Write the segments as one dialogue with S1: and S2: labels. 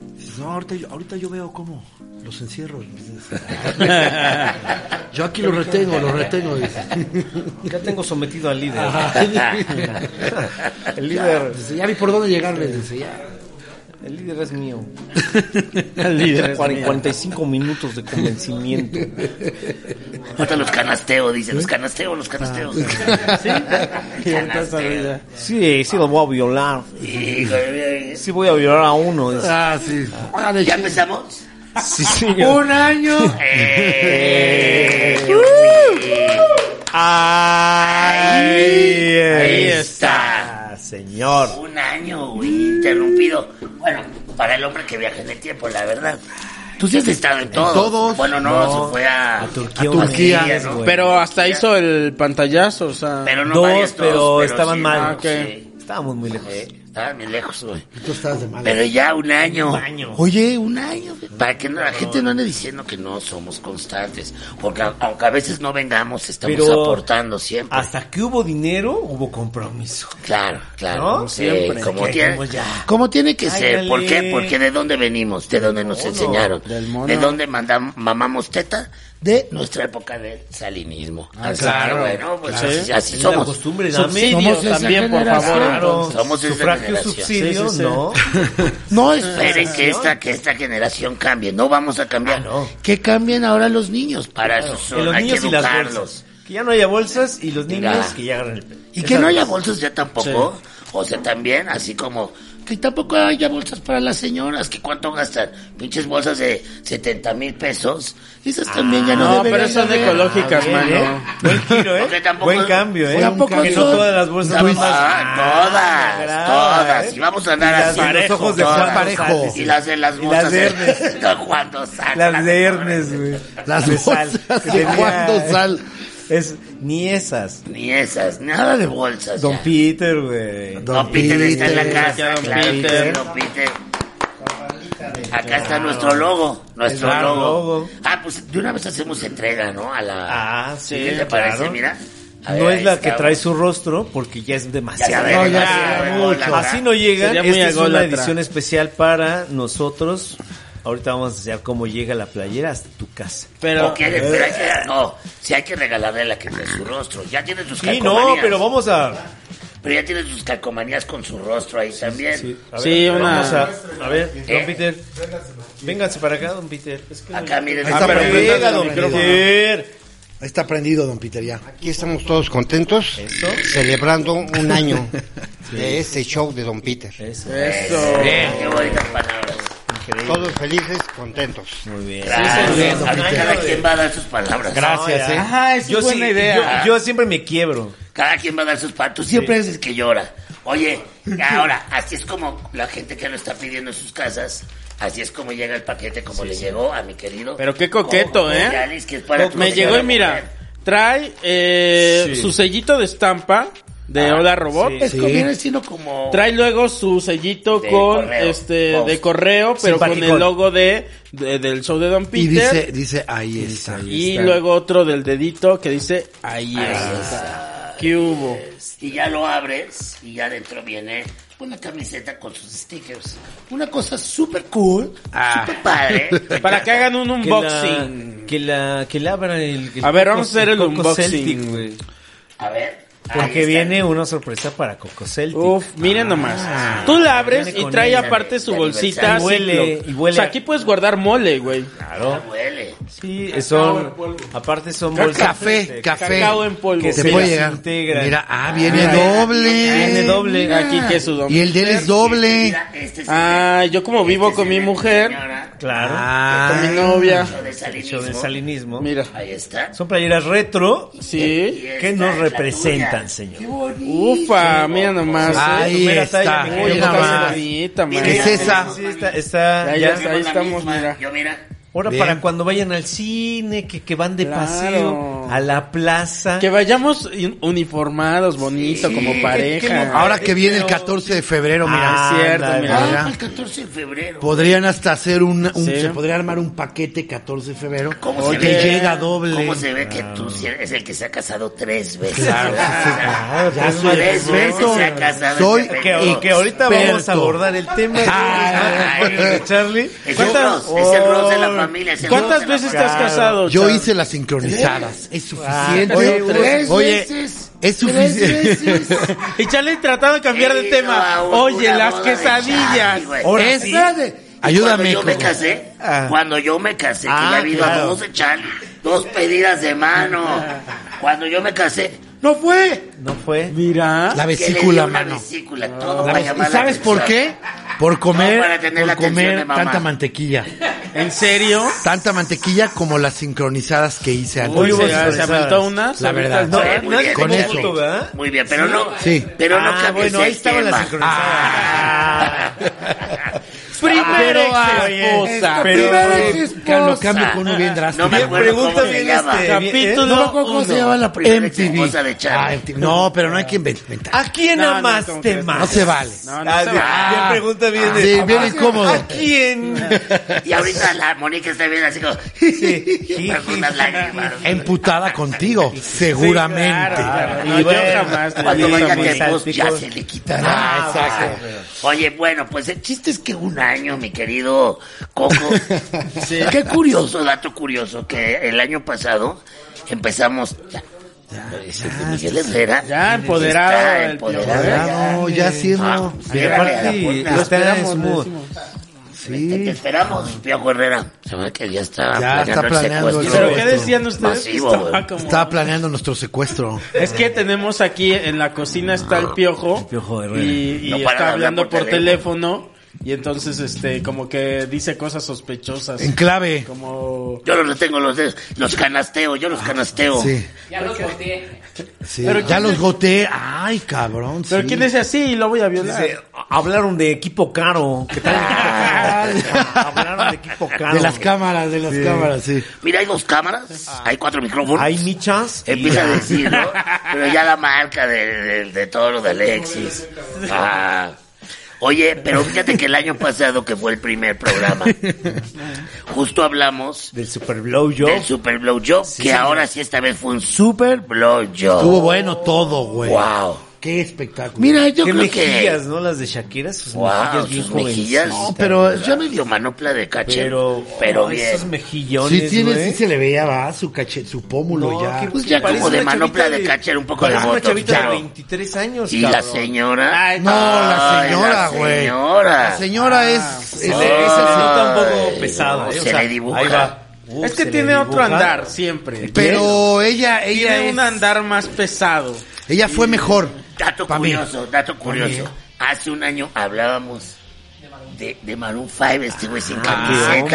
S1: Pues no, ahorita, yo- ahorita yo veo cómo los encierro. yo aquí los retengo, los retengo. dice.
S2: Ya tengo sometido al líder. El
S1: Ya,
S2: líder,
S1: dice, ya vi por dónde llegarles. Dice, ya.
S2: el líder es mío.
S3: El líder es
S2: Cuaren-
S3: mío.
S2: 45 minutos de convencimiento.
S4: Ahorita los canasteo, dice. Los canasteo, los canasteo.
S3: Sí. Y ahorita esa vida.
S2: Sí, sí lo voy a violar.
S4: Hijo de-
S2: Sí voy a violar a uno.
S1: Ah, sí. Órale,
S4: ¿Ya empezamos?
S2: Sí, sí.
S1: Un año.
S4: ¡Eh!
S2: Ahí
S4: Ahí
S2: es.
S4: está.
S2: Ah, señor.
S4: Un año güey, interrumpido. Bueno, para el hombre que viaja en el tiempo, la verdad. Tú sí has estado en todos.
S1: todos.
S4: Bueno, no, se fue a,
S2: A Turquía
S4: a
S2: una
S4: Turquía,
S2: vez,
S4: ¿no?
S2: güey.
S3: Pero hasta hizo el pantallazo, o sea.
S4: Pero no
S2: Dos,
S4: varias, todos,
S2: pero estaban
S4: sí,
S2: mal.
S4: no,
S3: Ah, ok.
S4: sí. eh,
S2: Estábamos muy lejos.
S4: Estaban bien lejos, güey.
S1: Tú estás de mal.
S4: Pero ya un año. Oye, un año. güey. Para que no- la gente no ande diciendo que no somos constantes. Porque a- aunque a veces no vengamos, estamos
S2: Pero-
S4: aportando siempre.
S2: Hasta que hubo dinero, hubo compromiso.
S4: Claro, claro.
S2: ¿No?
S4: Sí,
S2: Siempre.
S4: Como
S2: Que
S4: tiene,
S2: como ya.
S4: como tiene que
S2: Ay,
S4: ser.
S2: dale.
S4: ¿Por qué? Porque de dónde venimos, de dónde nos
S2: mono,
S4: enseñaron,
S3: del mono.
S4: de dónde mandam- mamamos teta, de nuestra época de salinismo. así
S3: claro,
S4: que bueno, pues
S3: claro.
S4: así, así
S2: Ah, Es la
S4: somos.
S2: costumbre, dame.
S3: Subsidio
S1: Somos esa
S3: también, por
S1: generación.
S3: favor.
S2: Claro,
S3: entonces.
S4: somos de esa
S2: sufragio,
S4: generación.
S2: subsidio,
S3: Sí, sí, sí.
S2: ¿no?
S4: No esperen que esta, que esta generación cambie, no vamos a cambiar.
S2: Claro.
S4: Que cambien ahora los niños, para eso
S2: Ah, Que
S4: son,
S2: los
S4: hay que
S2: niños y las
S4: educarlos.
S2: bolsas. Que ya no haya bolsas y los
S4: Mira.
S2: niños que ya agarran el pelo.
S4: Y que no haya bolsas ya tampoco. O sea, también, así como que tampoco haya bolsas para las señoras, que cuánto gastan. Pinches bolsas de 70 mil pesos. Esas también
S2: Ah,
S4: ya no,
S3: No,
S4: deberían
S3: pero son
S4: haber. Ah,
S3: ecológicas, mano.
S2: ¿eh? Buen giro,
S4: Porque
S2: ¿eh?
S4: tampoco-
S2: Buen cambio, ¿eh?
S4: Tampoco
S2: que no
S4: son-
S2: todas las bolsas
S4: Tampoco-
S2: son
S4: Ah, todas,
S2: Ah,
S4: todas.
S2: ¿eh?
S4: Y vamos a andar
S2: Y las
S4: así.
S2: de los ojos de
S4: todas.
S2: Juan Parejo.
S4: Y las de las
S2: Y
S4: bolsas.
S2: las de Ernest.
S4: No, cuando sacan.
S2: Las de Ernest, güey.
S1: Las
S2: de sal.
S1: bolsas
S2: Que
S1: de
S2: tenía- eh,
S1: cuando sal.
S2: Es, ni esas.
S4: Ni esas, nada de bolsas.
S2: Don
S4: ya.
S2: Peter, güey.
S1: Don
S4: Don Peter está en la
S1: Peter,
S4: casa.
S3: don
S4: claro,
S3: Peter.
S4: Don Peter. Acá está nuestro logo, nuestro
S2: Claro,
S4: logo.
S2: logo.
S4: Ah, pues de una vez hacemos entrega, ¿no? A la.
S2: Ah, sí,
S4: ¿Qué te
S2: claro.
S4: parece? Mira. A
S2: No
S4: ver,
S2: es
S4: ahí
S2: la que
S4: está.
S2: trae su rostro porque ya es
S4: Ya
S2: demasiado.
S4: se ve
S2: No, ya
S4: demasiado,
S2: se ve
S4: mucho.
S2: mucho. Así no llegan.
S3: Sería
S2: Esta
S3: muy
S2: es una
S3: ególatra.
S2: edición especial para nosotros. Ahorita vamos a enseñar cómo llega la playera hasta tu casa.
S3: Pero
S4: ¿O quieres? Pero hay
S2: Eh.
S4: que- no, si hay que regalarle la que trae su rostro. Ya tiene sus
S2: Sí, no,
S4: calcomanías.
S2: pero vamos a.
S4: Pero ya tiene sus calcomanías con su rostro ahí también.
S2: Sí, a ver,
S3: Sí, una-
S2: Vamos a, a ver,
S4: ¿Eh?
S2: don Peter. Vénganse para acá, don Peter. Es que
S4: Acá miren.
S5: Ahí está,
S4: Ah, pero-
S5: pero-
S2: Venga,
S5: don
S2: don
S5: Peter.
S2: Peter.
S1: Ahí está prendido, don Peter, ya.
S5: Aquí estamos todos contentos,
S2: Eso.
S5: celebrando un año de este show de Don Peter.
S2: Eso.
S3: eso.
S4: Bien, qué bonitas palabras.
S5: Todos felices, contentos.
S2: Muy bien.
S4: Gracias. Ahorita
S2: Ay,
S4: cada
S2: no,
S4: quien va a dar sus palabras.
S2: Gracias, eh.
S3: Ah, es
S2: yo
S3: buena
S2: sí-
S3: idea.
S2: Yo, yo siempre me quiebro.
S4: Cada quien va a dar sus patos. Siempre es el que llora. Oye, ahora, así es como la gente que lo está pidiendo en sus casas. Así es como llega el paquete, como le llegó a mi querido.
S3: Pero qué coqueto,
S4: Coco
S3: ¿eh?
S4: Rubiales, que es para tu
S3: Me
S4: señora
S3: llegó y
S4: mujer.
S3: mira, trae eh,
S2: Sí.
S3: su sellito de estampa de
S4: Ah,
S3: Hola Robot.
S2: sí.
S4: Es como, viene siendo como.
S3: Trae luego su sellito
S4: De
S3: con
S4: correo.
S3: este
S4: Post.
S3: de correo, pero con
S2: Simpaticón.
S3: el logo de, de- del show de Don
S1: Y
S3: Peter.
S1: dice, dice, ahí está.
S3: Y luego otro del dedito que dice ahí está. ¿Qué hubo?
S4: y ya lo abres y ya dentro viene una camiseta con sus stickers. Una cosa súper cool, súper padre.
S3: Ah. Para que hagan un
S2: Que
S3: unboxing.
S2: la- Que la, que la abran el, el
S3: A ver,
S2: Coco-
S3: vamos a hacer el
S2: Coco
S3: unboxing.
S2: Celtic, güey.
S4: A ver. ahí
S2: Porque
S4: está.
S2: viene una sorpresa para Coco Celtic.
S3: Uf, miren nomás. Tú la abres
S2: viene
S3: y
S2: con
S3: trae
S2: ella.
S3: aparte su
S4: Y
S3: bolsita.
S2: huele,
S3: Ziploc.
S2: y huele
S3: O sea,
S2: a-
S3: aquí puedes guardar mole, güey.
S2: Claro.
S4: Huele.
S2: Sí,
S1: Ah,
S2: son. Aparte son bolsas.
S1: Café,
S2: de-
S1: café.
S3: Cacao en polvo.
S2: Que
S1: Te
S2: se
S1: puede
S2: las
S1: llegar.
S2: integran.
S1: Mira, ah, viene
S3: Ah,
S1: doble.
S2: viene doble.
S3: Mira aquí que su don-
S1: Y el de él es doble.
S4: Mira, este es el
S3: Ah, yo como
S4: Este
S3: vivo
S4: es
S3: con
S4: el
S3: mi
S4: de
S3: mujer,
S4: señora,
S2: Claro.
S3: con mi
S1: Ah,
S3: novia.
S4: lo de
S2: Hecho de
S4: salinismo.
S2: salinismo.
S3: Mira,
S4: Ahí está.
S2: Son playeras retro.
S3: sí.
S2: ¿Qué nos representan, señor?
S3: Ufa, mira
S1: Ay,
S3: nomás. ¿eh?
S1: Ahí
S2: Primera
S1: está,
S2: talla, mi
S3: Oye,
S1: mira
S2: querido
S3: está
S2: Coco
S3: bien
S1: nomás.
S2: Celtic.
S3: bonita, man.
S1: ¿Qué es esa?
S2: Sí, está, está-
S3: Ya,
S2: ya-
S3: ahí estamos, mira.
S4: Yo mira.
S2: Ahora
S1: Bien.
S2: para cuando vayan al cine, que, que van de
S3: Claro.
S2: paseo, a la plaza.
S3: Que vayamos in- uniformados, bonito, como pareja.
S1: Ahora que viene el 14 de febrero, mira.
S3: Ah, es cierto,
S2: Ándale.
S3: mira.
S1: Mira.
S4: Ah, el 14 de febrero.
S1: Podrían hasta hacer un, un-
S3: Sí.
S1: se podría armar un paquete 14 de febrero
S4: ¿Cómo
S1: que
S4: se ve?
S1: llega doble.
S4: ¿Cómo se ve que tú sí eres el que se ha casado tres veces?
S1: Claro, sí,
S2: claro,
S4: Ya
S2: tres
S4: tres veces
S1: veces.
S4: se ha casado.
S1: Soy-
S4: este
S2: Que,
S4: pendejo.
S2: que ahorita
S1: Experto.
S2: vamos a abordar el tema.
S1: Ay.
S2: Charlie.
S4: Es el Ross, es el Ross de la
S3: Oh.
S4: familia. es el Ross
S3: ¿Cuántas
S4: de la
S3: veces te
S4: familia.
S3: has casado?
S1: Yo
S3: Char?
S1: hice las sincronizadas. Es suficiente.
S3: Ah,
S1: oye,
S4: Tres
S1: oye,
S4: veces.
S1: es
S4: Tres
S1: suficiente.
S4: veces.
S3: Y Charlie trataba de cambiar de
S4: Sí,
S3: tema.
S4: no,
S3: Oye,
S4: una
S3: las
S4: boda de
S3: quesadillas.
S4: Charlie, güey.
S1: Ahora
S4: Es-
S1: sí.
S4: Espérate. Y
S1: Ayúdame,
S4: Cuando yo me
S1: Coco.
S4: casé,
S2: Ah.
S4: cuando yo me casé,
S2: Ah,
S4: que ya vino a
S2: claro.
S4: dos de Charlie, dos pedidas de mano. Cuando yo me casé, no fue.
S2: No fue.
S3: Mira.
S1: La
S4: Que le di
S1: vesícula,
S4: una
S1: mano.
S4: vesícula, todo
S1: La
S4: para
S1: ves-
S4: llamar
S1: ¿Y
S4: la
S1: sabes por
S4: atención.
S1: qué? Por comer,
S4: No, para tener la
S1: por
S4: atención de
S1: comer
S4: mamá.
S1: tanta mantequilla.
S3: ¿En serio?
S1: Tanta mantequilla como las sincronizadas que hice antes.
S2: Uy,
S3: Uy,
S4: pues,
S2: vos
S3: se, se
S2: sabes.
S3: aventó una. se
S1: La
S3: aventó
S1: verdad.
S3: otra.
S4: Fue muy
S2: nadie
S4: bien,
S1: tomó
S4: muy
S1: foto,
S4: bien.
S2: ¿verdad?
S4: Muy bien, pero no.
S1: Sí.
S4: Pero no
S2: Ah,
S4: cambies
S2: bueno, ahí
S4: el
S2: estaba la
S4: tema.
S2: sincronizada.
S4: Ah.
S3: Primero
S2: Ah,
S3: a
S2: oye,
S3: esposa.
S2: pero-
S3: Primero
S1: Eh, Carlos, cambio con uno bien drástico.
S4: No me acuerdo
S2: pregunta
S4: cómo se
S2: bien
S4: llama.
S2: este.
S3: Capítulo
S1: eh, No me acuerdo cómo
S3: uno.
S1: se llama la primera
S4: MTV.
S1: esposa de Charlie.
S4: Ah,
S1: No, pero no hay que inventar.
S2: ¿A quién
S3: No, no, como
S2: amaste
S3: que-
S2: más?
S1: No se vale.
S3: No, no
S2: Ah,
S3: se
S2: bien,
S3: va.
S2: bien pregunta bien de-
S1: Sí, bien incómodo.
S2: ¿A quién?
S4: Y ahorita la Mónica está bien así como.
S2: Sí.
S4: con unas lágrimas.
S1: Emputada contigo, seguramente.
S3: Claro,
S2: Y
S3: no, yo
S2: bueno,
S3: jamás.
S4: Cuando
S2: Sí,
S4: vaya
S2: muy
S4: que vos ya
S2: salpicón.
S4: se le quitará.
S1: Ah, exacto.
S4: Oye, bueno, pues el chiste es que un año, mi querido Coco. Qué curioso, dato curioso, que el año pasado empezamos. Ya, es el de Miguel Herrera.
S3: Ya, empoderado
S4: Está
S3: el
S4: empoderado,
S3: Piojo.
S4: ya.
S1: No, ya
S4: Ah,
S1: siendo.
S2: Y
S4: Mírale a la
S2: aparte,
S4: puerta.
S2: está
S3: esperamos,
S2: en
S3: le
S2: smooth.
S3: decimos.
S4: Te, te
S1: Sí.
S4: esperamos, Piojo Herrera. Se ve que ya está
S1: Ya está planeando el
S4: el
S3: Pero
S4: secuestro.
S3: ¿qué decían ustedes?
S4: Masivo,
S3: Estaba
S4: güey.
S3: como-
S1: Estaba planeando nuestro secuestro.
S3: Es que tenemos aquí en la cocina está el piojo,
S2: Piojo Herrera.
S3: y, y
S4: No para de
S3: está
S4: hablar
S3: hablando
S4: por
S3: por teléfono. y entonces este como que dice cosas sospechosas,
S1: En clave.
S3: como
S4: Yo no tengo los dedos, los canasteo, yo los canasteo.
S1: Sí.
S6: Ya los boté.
S1: Sí. Ya los goté. Ay, cabrón.
S3: pero
S1: sí.
S3: quién es así y lo voy a violar.
S2: Dice, Eh, hablaron de equipo caro. ¿Qué tal?
S4: Ah.
S2: hablaron de equipo
S3: Ah,
S2: caro.
S1: De las cámaras, de las cámaras, sí.
S4: Mira, hay dos cámaras,
S1: Ah.
S4: hay cuatro micrófonos.
S2: Hay michas. y-
S4: Empieza a decir, ¿no? Pero ya la marca de, de- de todo lo de Alexis. Ah. Oye, pero fíjate que el año pasado, que fue el primer programa, justo hablamos
S2: Del Super Blow Job.
S4: del Super Blow Job, que ahora sí esta vez fue un Super Blow Job.
S1: Estuvo Pues bueno todo, güey.
S4: Wow.
S1: Qué espectáculo.
S4: Mira, yo
S2: Qué
S4: creo
S2: mejillas,
S4: que...
S2: ¿no? Las de Shakira, sus
S4: Wow,
S2: mejillas bien
S4: sus
S2: jovencitas,
S4: mejillas. No, pero ya me dio manopla de caché. Pero,
S2: Pero,
S4: pero
S2: ay,
S4: bien.
S2: Esos mejillones,
S1: Sí, tiene,
S2: güey.
S1: sí se le veía, va, su cachet, su pómulo
S2: No,
S1: ya.
S2: que-
S4: Pues ya
S2: que parece
S4: como de
S2: una
S4: manopla
S2: chavita
S4: de catcher, un poco
S2: parece
S4: de
S2: una
S4: botox,
S2: chavita
S4: claro.
S2: de 23 años,
S4: Y la
S2: cabrón.
S4: señora.
S1: No, la señora, güey.
S4: La señora.
S1: La señora es.
S2: Se
S1: es-
S2: le
S4: Ay,
S2: se le nota un poco pesada.
S4: no,
S2: eh, o
S4: se
S2: sea,
S4: le dibuja.
S2: Ahí va. Uh,
S3: es que
S2: se le
S3: tiene otro
S2: dibuja.
S3: andar siempre.
S1: pero ella, ella
S3: tiene
S1: es-
S3: un andar más pesado.
S1: ella fue mejor.
S4: Dato
S1: Pa' mí.
S4: curioso, dato curioso.
S1: mí.
S2: ¿eh?
S4: Hace un año hablábamos de, de Maroon 5, este güey sin
S2: hombre,
S4: camiseta.
S2: Ah,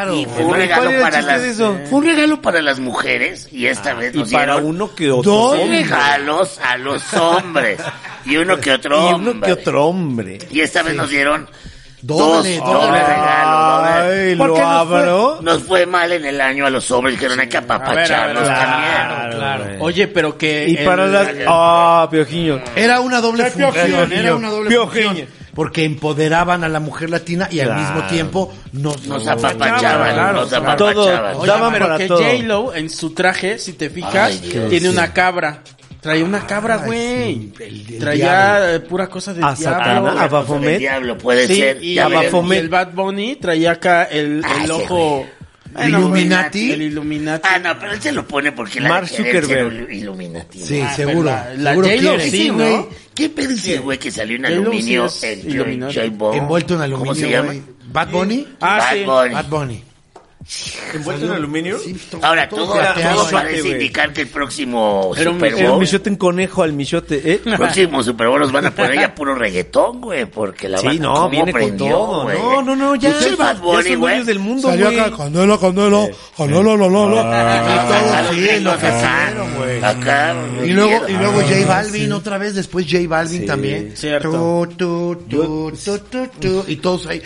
S2: claro.
S4: Y fue un
S2: ¿Cuál
S4: regalo
S2: era el
S4: para
S2: chiste
S4: las
S2: de eso?
S4: fue un regalo para las mujeres y esta vez
S2: Ah, Y
S4: nos
S2: para
S4: dieron
S2: uno que otro.
S1: Dos
S4: dos
S2: hombre.
S4: regalos a los hombres y uno que
S2: Y
S4: otro hombre.
S2: uno que otro hombre.
S4: Y esta vez nos dieron
S1: Doble,
S4: dos
S1: doble
S4: doble regalo. doble.
S2: Ay,
S3: ¿Por
S2: lo
S3: qué no fue?
S2: abro.
S4: Nos fue mal en el año a los hombres, dijeron hay que
S3: A ver, a ver,
S4: apapacharnos
S3: claro,
S4: también.
S3: claro.
S2: güey.
S3: Oye, pero que
S2: Y
S3: el-
S2: para las... Ah, Piojiño.
S1: Era una doble
S3: Era
S1: función,
S3: Piojiño,
S1: era una doble
S2: Piojiño.
S1: función. Porque empoderaban a la mujer latina y al
S2: Claro.
S1: mismo tiempo nos,
S4: Nos
S3: Claro,
S4: apapachaban,
S3: claro,
S4: nos
S3: claro.
S4: apapachaban.
S3: Oye,
S2: Daban
S3: pero
S2: Ah, para
S3: que
S2: todo.
S3: J-Lo en su traje, si te fijas,
S4: Ay, Dios.
S3: tiene una cabra. Traía una cabra, güey.
S1: sí, el- el
S3: Traía
S1: diablo.
S3: eh, pura cosa de
S2: A
S3: diablo.
S2: Satanás, Ah, a
S3: güey.
S4: El
S2: Bafomet.
S4: diablo puede
S3: Sí,
S4: ser.
S3: y,
S4: ya
S3: el-
S4: veremos.
S2: Bafomet.
S3: y el Bad Bunny traía acá el,
S4: Ah,
S3: el
S4: ese
S3: ojo...
S1: El Illuminati.
S3: El Illuminati.
S4: Ah, no, pero él se lo pone porque la
S2: Mark
S4: de querer ser
S2: Zuckerberg.
S4: ilu- Illuminati.
S1: Sí,
S3: Ah,
S1: seguro.
S3: pero la- la
S1: seguro
S3: J-Lo
S1: quiere.
S3: sí,
S1: Sí,
S3: ¿no?
S1: güey.
S4: ¿Qué pedo ese güey que salió en
S3: Él lo
S4: aluminio?
S3: sí es
S4: El Joy-
S3: Illuminati.
S4: Joy Bomb?
S1: Envuelto en
S4: Oh. ¿Cómo se
S1: aluminio,
S4: llama?
S1: güey. Bad Bunny.
S3: Ah, sí.
S4: Bad Bunny.
S1: Bad Bunny.
S2: ¿Envuelto en aluminio?
S1: Sí, todo-
S4: Ahora, todo,
S1: todo
S4: todo
S1: plateado,
S4: parece
S2: güey.
S4: indicar que el próximo
S3: Era un
S4: Pues Super
S2: El
S4: Bowl...
S2: michote en conejo al michote, ¿eh?
S4: El próximo Super Bowl nos van a poner ya puro reggaetón, güey, porque la
S2: Sí,
S4: banda
S2: no,
S4: cómo
S2: viene con
S4: prendió,
S2: todo.
S4: güey.
S2: No, no, no, ya.
S4: Pues el Bad Bunny,
S2: ya son
S4: güey.
S2: dueños del mundo,
S1: Salió
S2: güey.
S1: acá, candelo, candelo, candelo, lo, lo, lo.
S4: Ah,
S1: Y todo,
S4: los
S1: sí, lo
S4: gringos
S1: que
S4: acá, acá,
S1: Y luego, y
S4: mierda.
S1: luego J Balvin otra vez, después J Balvin también.
S3: cierto.
S1: Tu, tu, tu, tu, tu, tu, y todos ahí.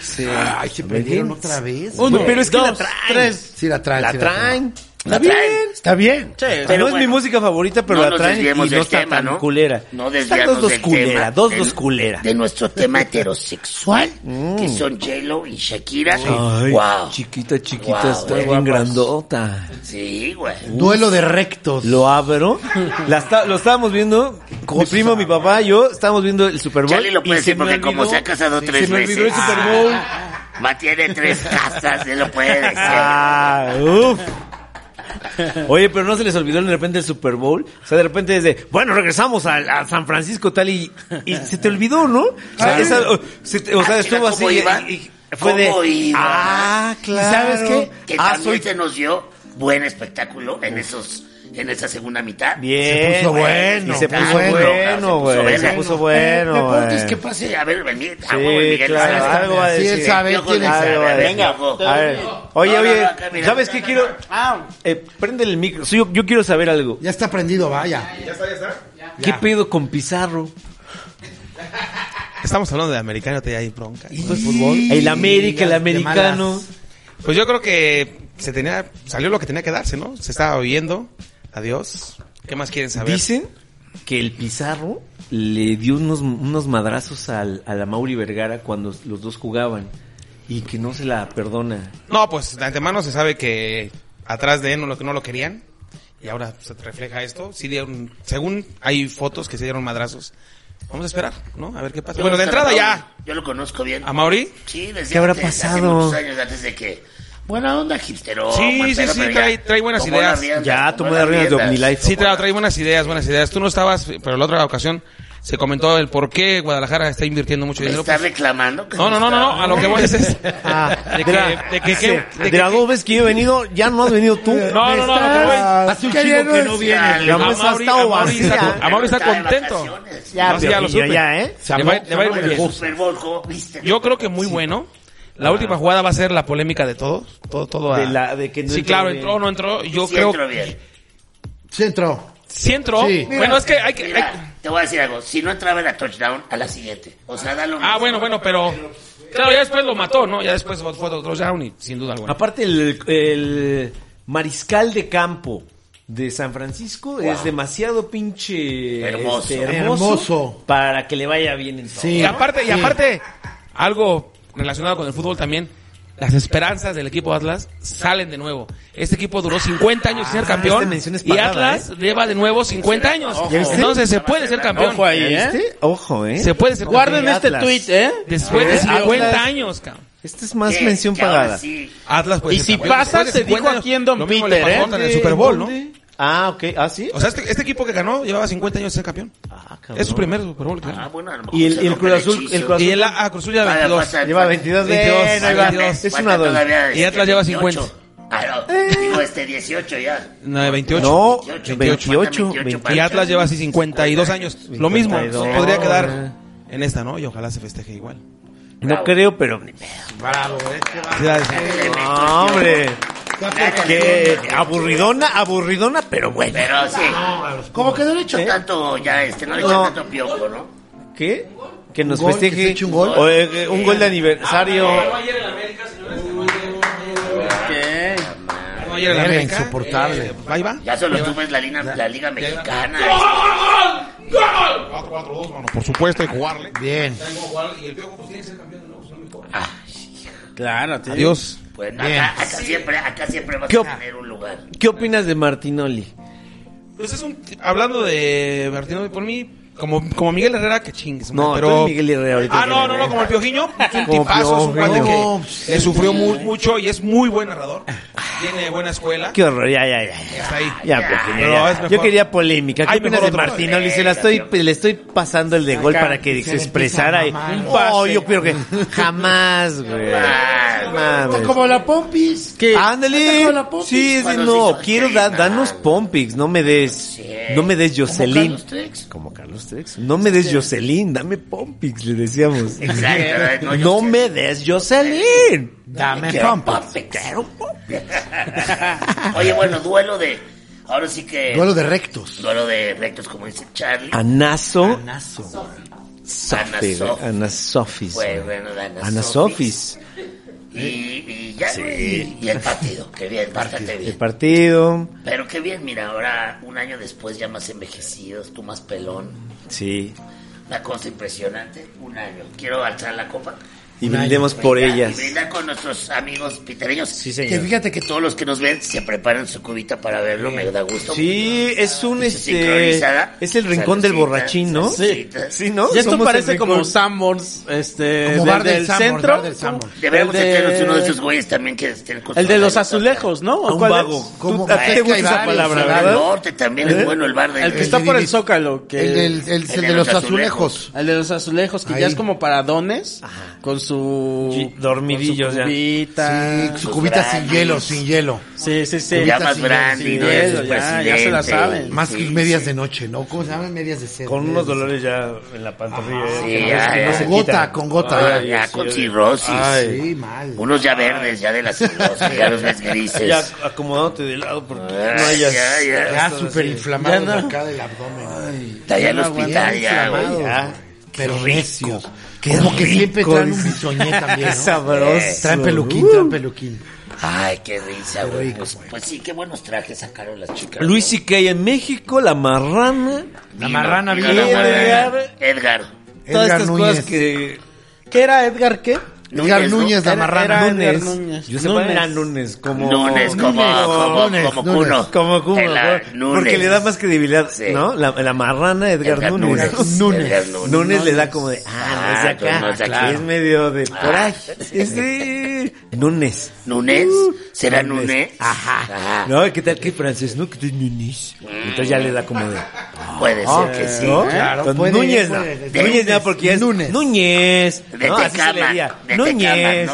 S1: Ay, se prendieron otra vez.
S3: Oh,
S2: Güey, pero es que la
S3: dos,
S2: traen,
S3: tres.
S1: Sí, la traen.
S2: La
S1: sí
S2: traen.
S4: La traen.
S2: Está bien.
S3: Sí,
S2: Pero
S4: pero
S2: no es mi
S4: bueno.
S2: música favorita, pero
S4: No
S2: la
S4: nos
S2: traen y no
S4: desviemos del
S2: está
S4: tema,
S2: tan
S4: ¿no?
S2: culera.
S4: No
S2: Están
S4: desviarnos
S2: dos dos
S4: del
S2: culera,
S4: tema,
S2: dos
S4: del-
S2: dos culera. Mm.
S4: De nuestro tema heterosexual, que son J-Lo y Shakira.
S2: Ay,
S4: wow.
S2: chiquita, chiquita,
S4: Guau,
S2: está
S4: güey,
S2: bien grandota.
S4: Sí, güey.
S1: Duelo de rectos.
S2: Lo abro. La está- lo estábamos viendo. Mi primo, mi papá, yo estábamos viendo el Super Bowl.
S4: Charlie lo puede
S2: y
S4: decir
S2: me
S4: porque como
S2: olvidó-
S4: se ha casado tres
S2: Se me olvidó el
S4: veces.
S2: Super Bowl.
S4: Ma tiene tres casas, él lo puede decir.
S2: Ah, uf. Oye, pero no se les olvidó de repente el Super Bowl. O sea, de repente desde, bueno, regresamos a, a San Francisco tal y, y se te olvidó, ¿no? O sea,
S4: Ay.
S2: esa- o, se te- o sea,
S4: Ah,
S2: estuvo
S4: chinga,
S2: así.
S4: ¿cómo iba?
S2: y- y fue de,
S4: ¿Cómo iba?
S2: ah, claro.
S1: ¿Y
S2: ¿Sabes qué?
S4: Que
S2: ah,
S4: también
S2: soy
S4: se nos dio buen espectáculo en esos, en esa segunda mitad.
S2: bien.
S1: Se puso
S2: güey.
S1: bueno,
S2: Y se puso
S1: bueno,
S2: bueno, güey. Se puso bueno,
S4: Deportes,
S2: güey.
S4: que pase. A ver, venid.
S2: Sí,
S4: a huevo, Miguel
S2: claro,
S4: Hernández.
S2: algo va a
S1: Sí, él
S2: decir.
S1: sabe,
S4: Yo con
S1: tiene-
S4: el sabe,
S2: Algo va a
S4: a ver,
S2: decir.
S4: viejo.
S2: A ver. Oye,
S4: No, no,
S2: oye,
S4: no, acá, mira.
S2: ¿sabes qué quiero? Eh, prende el micro. Sí, yo, yo quiero saber algo.
S1: Ya está prendido, vaya.
S2: ¿Qué pedo con Pizarro?
S6: Estamos hablando de americano, te hay bronca.
S1: fútbol.
S2: El América, el americano.
S6: Pues yo creo que se tenía, salió lo que tenía que darse, ¿no? Se estaba oyendo. Adiós. ¿Qué más quieren saber?
S2: Dicen que el Pizarro le dio unos, unos madrazos al, a la Mauri Vergara cuando los dos jugaban y que no se la perdona.
S6: No, pues de antemano se sabe que atrás de él no lo, no lo querían. Y ahora se refleja esto. Sí dieron, según hay fotos que se dieron madrazos. Vamos a esperar, ¿no? A ver qué pasa.
S4: Yo
S6: Bueno, de
S4: hasta
S6: entrada
S4: Mauri,
S6: ya.
S4: Yo lo conozco bien.
S6: ¿A Mauri?
S4: Sí, desde
S2: ¿Qué habrá
S4: antes, hace
S2: pasado?
S4: muchos años antes de que... Buena onda, hipsterón.
S6: Sí,
S4: buen
S6: sí,
S4: pedo,
S6: sí,
S4: pero ya
S6: trae- trae buenas
S4: tomó
S6: ideas.
S4: las riendas,
S2: Ya, tomó las riendas de OmniLife.
S6: Sí, trae, trae buenas ideas, buenas ideas. Tú no estabas, pero la otra ocasión se comentó el por qué Guadalajara está invirtiendo mucho
S4: Me
S6: dinero.
S2: pues,
S4: está reclamando. que
S6: No, no, no, no, no, a lo que voy es eso. de que, de que,
S2: dice,
S6: que- de
S2: de
S6: que-
S2: las dos veces que yo he venido, ya no has venido tú.
S6: no, no, no, a lo que voy.
S1: Hace un chingo que no viene.
S2: La
S6: A
S2: mesa ha
S6: Mauri-
S2: estado
S6: a Mauri está-
S2: vacía.
S6: a Mauri está
S4: Está de
S6: contento.
S4: vacaciones.
S6: Ya,
S2: pero
S6: ya lo
S2: yo
S6: supe.
S2: ya, ¿eh?
S6: Le va- le va a ir muy bien.
S4: Super Bowl, ¿cómo viste?
S6: Yo creo que muy bueno. La última jugada va a ser la polémica de todos. Todo, todo. a-
S2: De la- de que no
S6: sí,
S2: entró
S6: claro,
S2: bien.
S6: entró o no entró. Yo
S4: Sí,
S6: creo.
S4: entró bien.
S1: Sí, entró.
S6: Sí entró.
S1: Sí.
S6: Bueno, es que hay que. hay-
S4: Mira, te voy a decir algo. Si no entraba en la touchdown, a la siguiente. O sea, da lo
S6: Ah,
S4: mismo.
S6: bueno, bueno, pero. Claro, ya después lo mató, ¿no? Ya después fue otro down y sin duda alguna.
S2: Aparte, el, el mariscal de campo de San Francisco es demasiado pinche este,
S4: Hermoso.
S1: Hermoso.
S2: para que le vaya bien en todo.
S1: Sí.
S6: Y aparte, y aparte, algo relacionado con el fútbol también, las esperanzas del equipo Atlas salen de nuevo. Este equipo duró 50 años sin ser
S2: Ah,
S6: campeón
S2: esta mención es
S6: y
S2: parada,
S3: ¿eh?
S6: Atlas lleva de nuevo 50 años.
S4: Ojo.
S6: Entonces se puede ser campeón.
S3: Ojo ahí,
S2: ¿Ya
S3: ¿eh?
S2: viste? Ojo, ¿eh?
S6: Se puede ser
S3: Guarden
S6: campeón.
S3: este
S2: Atlas.
S3: tweet, ¿eh?
S6: Después de
S3: Eh,
S6: 50
S3: Atlas.
S6: años, cabrón.
S2: Esta Este es más
S4: Que-
S2: mención
S4: que ahora
S2: pagada.
S4: sí.
S6: Atlas puede
S3: Y
S6: ser
S3: si
S6: campeón.
S3: pasa,
S6: Después de
S3: se dijo
S6: 50
S3: aquí en Don
S6: lo mismo le
S3: Peter,
S6: pasó
S3: ¿eh?
S6: en el Super Bowl, ¿no?
S2: ¿Dónde? Ah, ok. Ah, sí.
S6: O sea, este, este equipo que ganó llevaba 50 años sin ser campeón.
S2: Ah, cabrón.
S6: Es su primer Super Bowl. que
S4: Ah,
S6: ganó.
S4: bueno, a lo mejor
S2: Y el-
S4: se
S2: y el
S4: rompe
S2: Cruz Azul-
S4: hechizo.
S2: el Cruz Azul-
S6: Y el A- ah, Cruz Azul lleva
S4: Todavía
S6: 22.
S4: pasa-
S2: Lleva 22 de-
S6: 22,
S2: eh, no, ahí va.
S6: 22.
S2: Es
S4: Falta
S2: una doble.
S4: todavía,
S6: Y Atlas lleva 50.
S4: 18. Ah, no, digo este 18 ya.
S6: No, 28.
S2: No,
S4: 28,
S2: 28.
S4: 28,
S6: Y Atlas lleva así 52 años. Lo mismo,
S2: 52.
S6: podría quedar en esta, ¿no? Y ojalá se festeje igual.
S2: No creo, pero ni pedo.
S6: Felicidades.
S2: No, hombre. Que aburridona, aburridona, pero bueno.
S4: Pero sí. Como que no le he hecho
S2: Ah, ¿Eh?
S4: tanto ya este, no le he hecho
S2: No.
S4: tanto piojo, ¿no?
S2: ¿Qué? Que nos
S1: ¿Un gol?
S2: festeje
S1: ¿Que se eche un gol?
S2: O, eh, un gol de aniversario.
S3: ¿Qué?
S6: No, ayer en la
S1: Verga,
S6: América,
S1: insoportable.
S6: eh, ahí va.
S4: Ya solo tú ves la, lina- la Liga Mexicana. este.
S6: Por supuesto, hay que jugarle.
S1: Bien.
S3: Claro, tío.
S6: Adiós.
S4: Ah, Pues
S1: Bien.
S4: acá, acá siempre, acá siempre vas
S2: ¿Qué
S4: a
S2: op-
S4: tener un lugar.
S2: ¿Qué opinas de Martinoli?
S6: Pues es un, hablando de Martino, por mí, como, como Miguel Herrera, que chingues.
S2: No,
S6: pero...
S2: tú eres Miguel Herrera ahorita.
S6: Ah, no, no, no, como el Piojiño, es un
S2: Como
S6: tipazo, es un cuate
S1: Piojiño.
S6: que le sufrió mu- mucho y es muy buen narrador. Tiene buena escuela.
S2: Qué horror, ya, ya, ya. ya.
S6: Hasta ahí.
S2: Ya, pues, señor,
S6: No,
S2: ya.
S6: es mejor.
S2: Yo quería polémica. ¿Qué
S6: Hay
S2: opinas de
S6: mejor otro.
S2: Martinoli? Se la estoy, le estoy pasando el de gol para que se expresara. y- Oh, yo creo que jamás, güey.
S4: Ah,
S3: pues,
S2: Mames.
S1: la pompis.
S3: ¿Qué?
S2: Ah, Ándale. Sí, sí,
S4: Cuando se
S2: no,
S4: hizo
S2: quiero
S4: Keina.
S2: dar, danos Pompix, no me des, no me des Jocelyn.
S4: Carlos Trex.
S2: Como Carlos Trex. No me des Jocelyn, dame Pompix, le decíamos.
S4: Exacto.
S2: No,
S4: Eh, yo sé.
S2: me des Jocelyn.
S1: Dame
S4: Quiero
S1: pompas.
S4: Pompix. Oye, bueno, duelo de. Ahora sí que.
S1: Duelo de rectos.
S4: duelo de rectos, como dice Charlie.
S2: Ah, Anaso
S1: Nazo.
S2: Sofi,
S4: Ana Sof.
S2: güey, Ana Sofis.
S4: Fue bueno de Ana,
S2: Ana
S4: Sofis.
S2: Sofis.
S4: Y, y ya sí. Y el partido, que bien, bastante bien.
S2: El partido.
S4: Pero qué bien, mira, ahora un año después ya más envejecidos, tú más pelón.
S2: Sí.
S4: Una cosa impresionante, un año. Quiero alzar la copa.
S2: Y brindemos por
S4: Brindar-
S2: ellas.
S4: Y brindar con nuestros amigos pitereños.
S2: Sí, señor.
S4: Que fíjate que todos los que nos ven se preparan su cubita para verlo, me da gusto.
S2: Sí, es un
S4: Dice
S2: este.
S4: sincronizada.
S2: Es el rincón del
S4: Salucita,
S2: borrachín, ¿no?
S4: salucita.
S2: Sí, ¿no?
S3: Ya esto
S2: Somos el
S3: parece como
S2: rincón.
S3: Sanborns, este,
S1: Como
S3: de-
S1: bar del
S3: del
S1: Sanborns,
S3: centro.
S1: bar del Sanborns.
S4: Deberíamos
S3: El de-
S4: hacernos uno de esos güeyes también que estén con
S3: El
S4: su- Ah,
S3: de los azulejos, ¿no?
S2: A
S3: ¿O
S2: un
S3: cuál
S2: vago.
S3: es?
S1: ¿Cómo?
S2: ¿A ti
S1: Es
S2: te
S1: que
S2: gusta
S1: hay
S2: esa
S1: varios,
S2: palabra,
S1: hay
S4: Al
S2: verdad?
S4: norte también es bueno el bar de
S3: El que
S1: El
S3: está
S1: de
S3: por el
S1: Divis-
S3: zócalo. Que...
S1: El, del- el- el de los azulejos.
S3: El de los azulejos, que
S1: Ahí.
S3: ya es como para dones, con su...
S2: Sí, dormidillos
S3: con su
S2: ya.
S3: cubita.
S1: Sí, su cubita sin
S4: Grandes.
S1: hielo, sin hielo.
S3: Sí, sí, sí.
S4: ya
S1: Ahorita
S4: más
S1: sí,
S4: brandy,
S3: sí,
S4: ¿no? Su
S3: ya, ya, ya se la
S4: presidente.
S3: saben.
S1: Más
S4: Sí,
S1: que medias de noche, ¿no? ¿Cómo se llaman medias de sed?
S2: Con unos
S1: Medias de
S2: dolores ya en la pantorrilla.
S4: Ah, sí,
S2: eh, que no
S4: ya,
S2: se- no
S4: ya.
S2: se
S1: Con gota,
S2: quitan.
S1: con gota.
S4: Ah,
S2: sí,
S4: ya
S2: Ah.
S4: con
S2: ya.
S4: cirrosis.
S1: sed.
S2: Ay.
S1: Sí, mal.
S4: Unos ya verdes, ya de la cirrosis, ya los ves grises.
S2: Ya acomodándote de lado porque
S4: Ay,
S2: no hayas.
S4: ya, ya.
S1: Ya
S2: estás
S1: súper
S2: así.
S1: inflamado
S3: Ya no.
S1: de acá del abdomen.
S4: Está ya en el hospital, ya, güey.
S1: inflamados,
S2: ya.
S1: Pero necio.
S2: Qué
S1: Como que siempre
S2: rico,
S1: traen un
S2: dice.
S1: bisoñé también,
S2: Qué
S1: ¿no?
S2: sabroso.
S1: Traen peluquín, traen peluquín.
S4: Ay, qué risa, güey.
S1: rico,
S4: Pues, pues sí, qué buenos trajes sacaron las chicas.
S2: Luis C.K. en México, La Marrana.
S1: La marrana
S4: vino.
S1: vino.
S4: la
S2: Edgar.
S4: marrana. Edgar.
S1: Edgar
S2: todas estas
S1: Núñez.
S2: cosas que.
S3: ¿Qué era Edgar qué?
S1: Edgar
S4: Núñez, ¿no?
S1: Núñez, la
S3: Era-
S1: marrana.
S3: era- Edgar
S2: Núñez.
S3: Núñez.
S2: Yo sé cuál
S3: Núñez.
S2: era Núñez. Como.
S4: Nunes, como,
S1: Nunes,
S4: como,
S1: Nunes,
S4: como
S1: Nunes.
S4: Cuno.
S2: Como Kuma,
S4: El, ah,
S2: ¿no? porque
S4: Nunes.
S2: le da más credibilidad,
S4: Sí.
S2: ¿no? La, la marrana Edgar,
S4: Edgar
S2: Núñez.
S4: Núñez.
S2: Núñez.
S4: Edgar Núñez.
S2: Núñez le da como de, ah, no es de
S4: Ah,
S2: acá,
S4: no es de aquí.
S2: es medio de por
S4: Ah.
S2: ahí. Es de Núñez.
S4: Núñez. ¿Será Núñez? Ah,
S2: Ajá.
S4: Ajá.
S2: No, ¿qué tal que francés, no? Que tú Núñez.
S4: Mm.
S2: Entonces ya le da como de,
S4: Puede
S2: ah,
S4: ser que sí. ¿eh?
S2: ¿no?
S1: claro,
S2: Entonces,
S1: puede,
S2: Núñez no.
S1: puede.
S2: Núñez no, porque ya es
S1: Núñez.
S2: Núñez.
S4: De
S2: no, así se
S4: Tecama,
S2: le diría.
S4: de
S2: Núñez.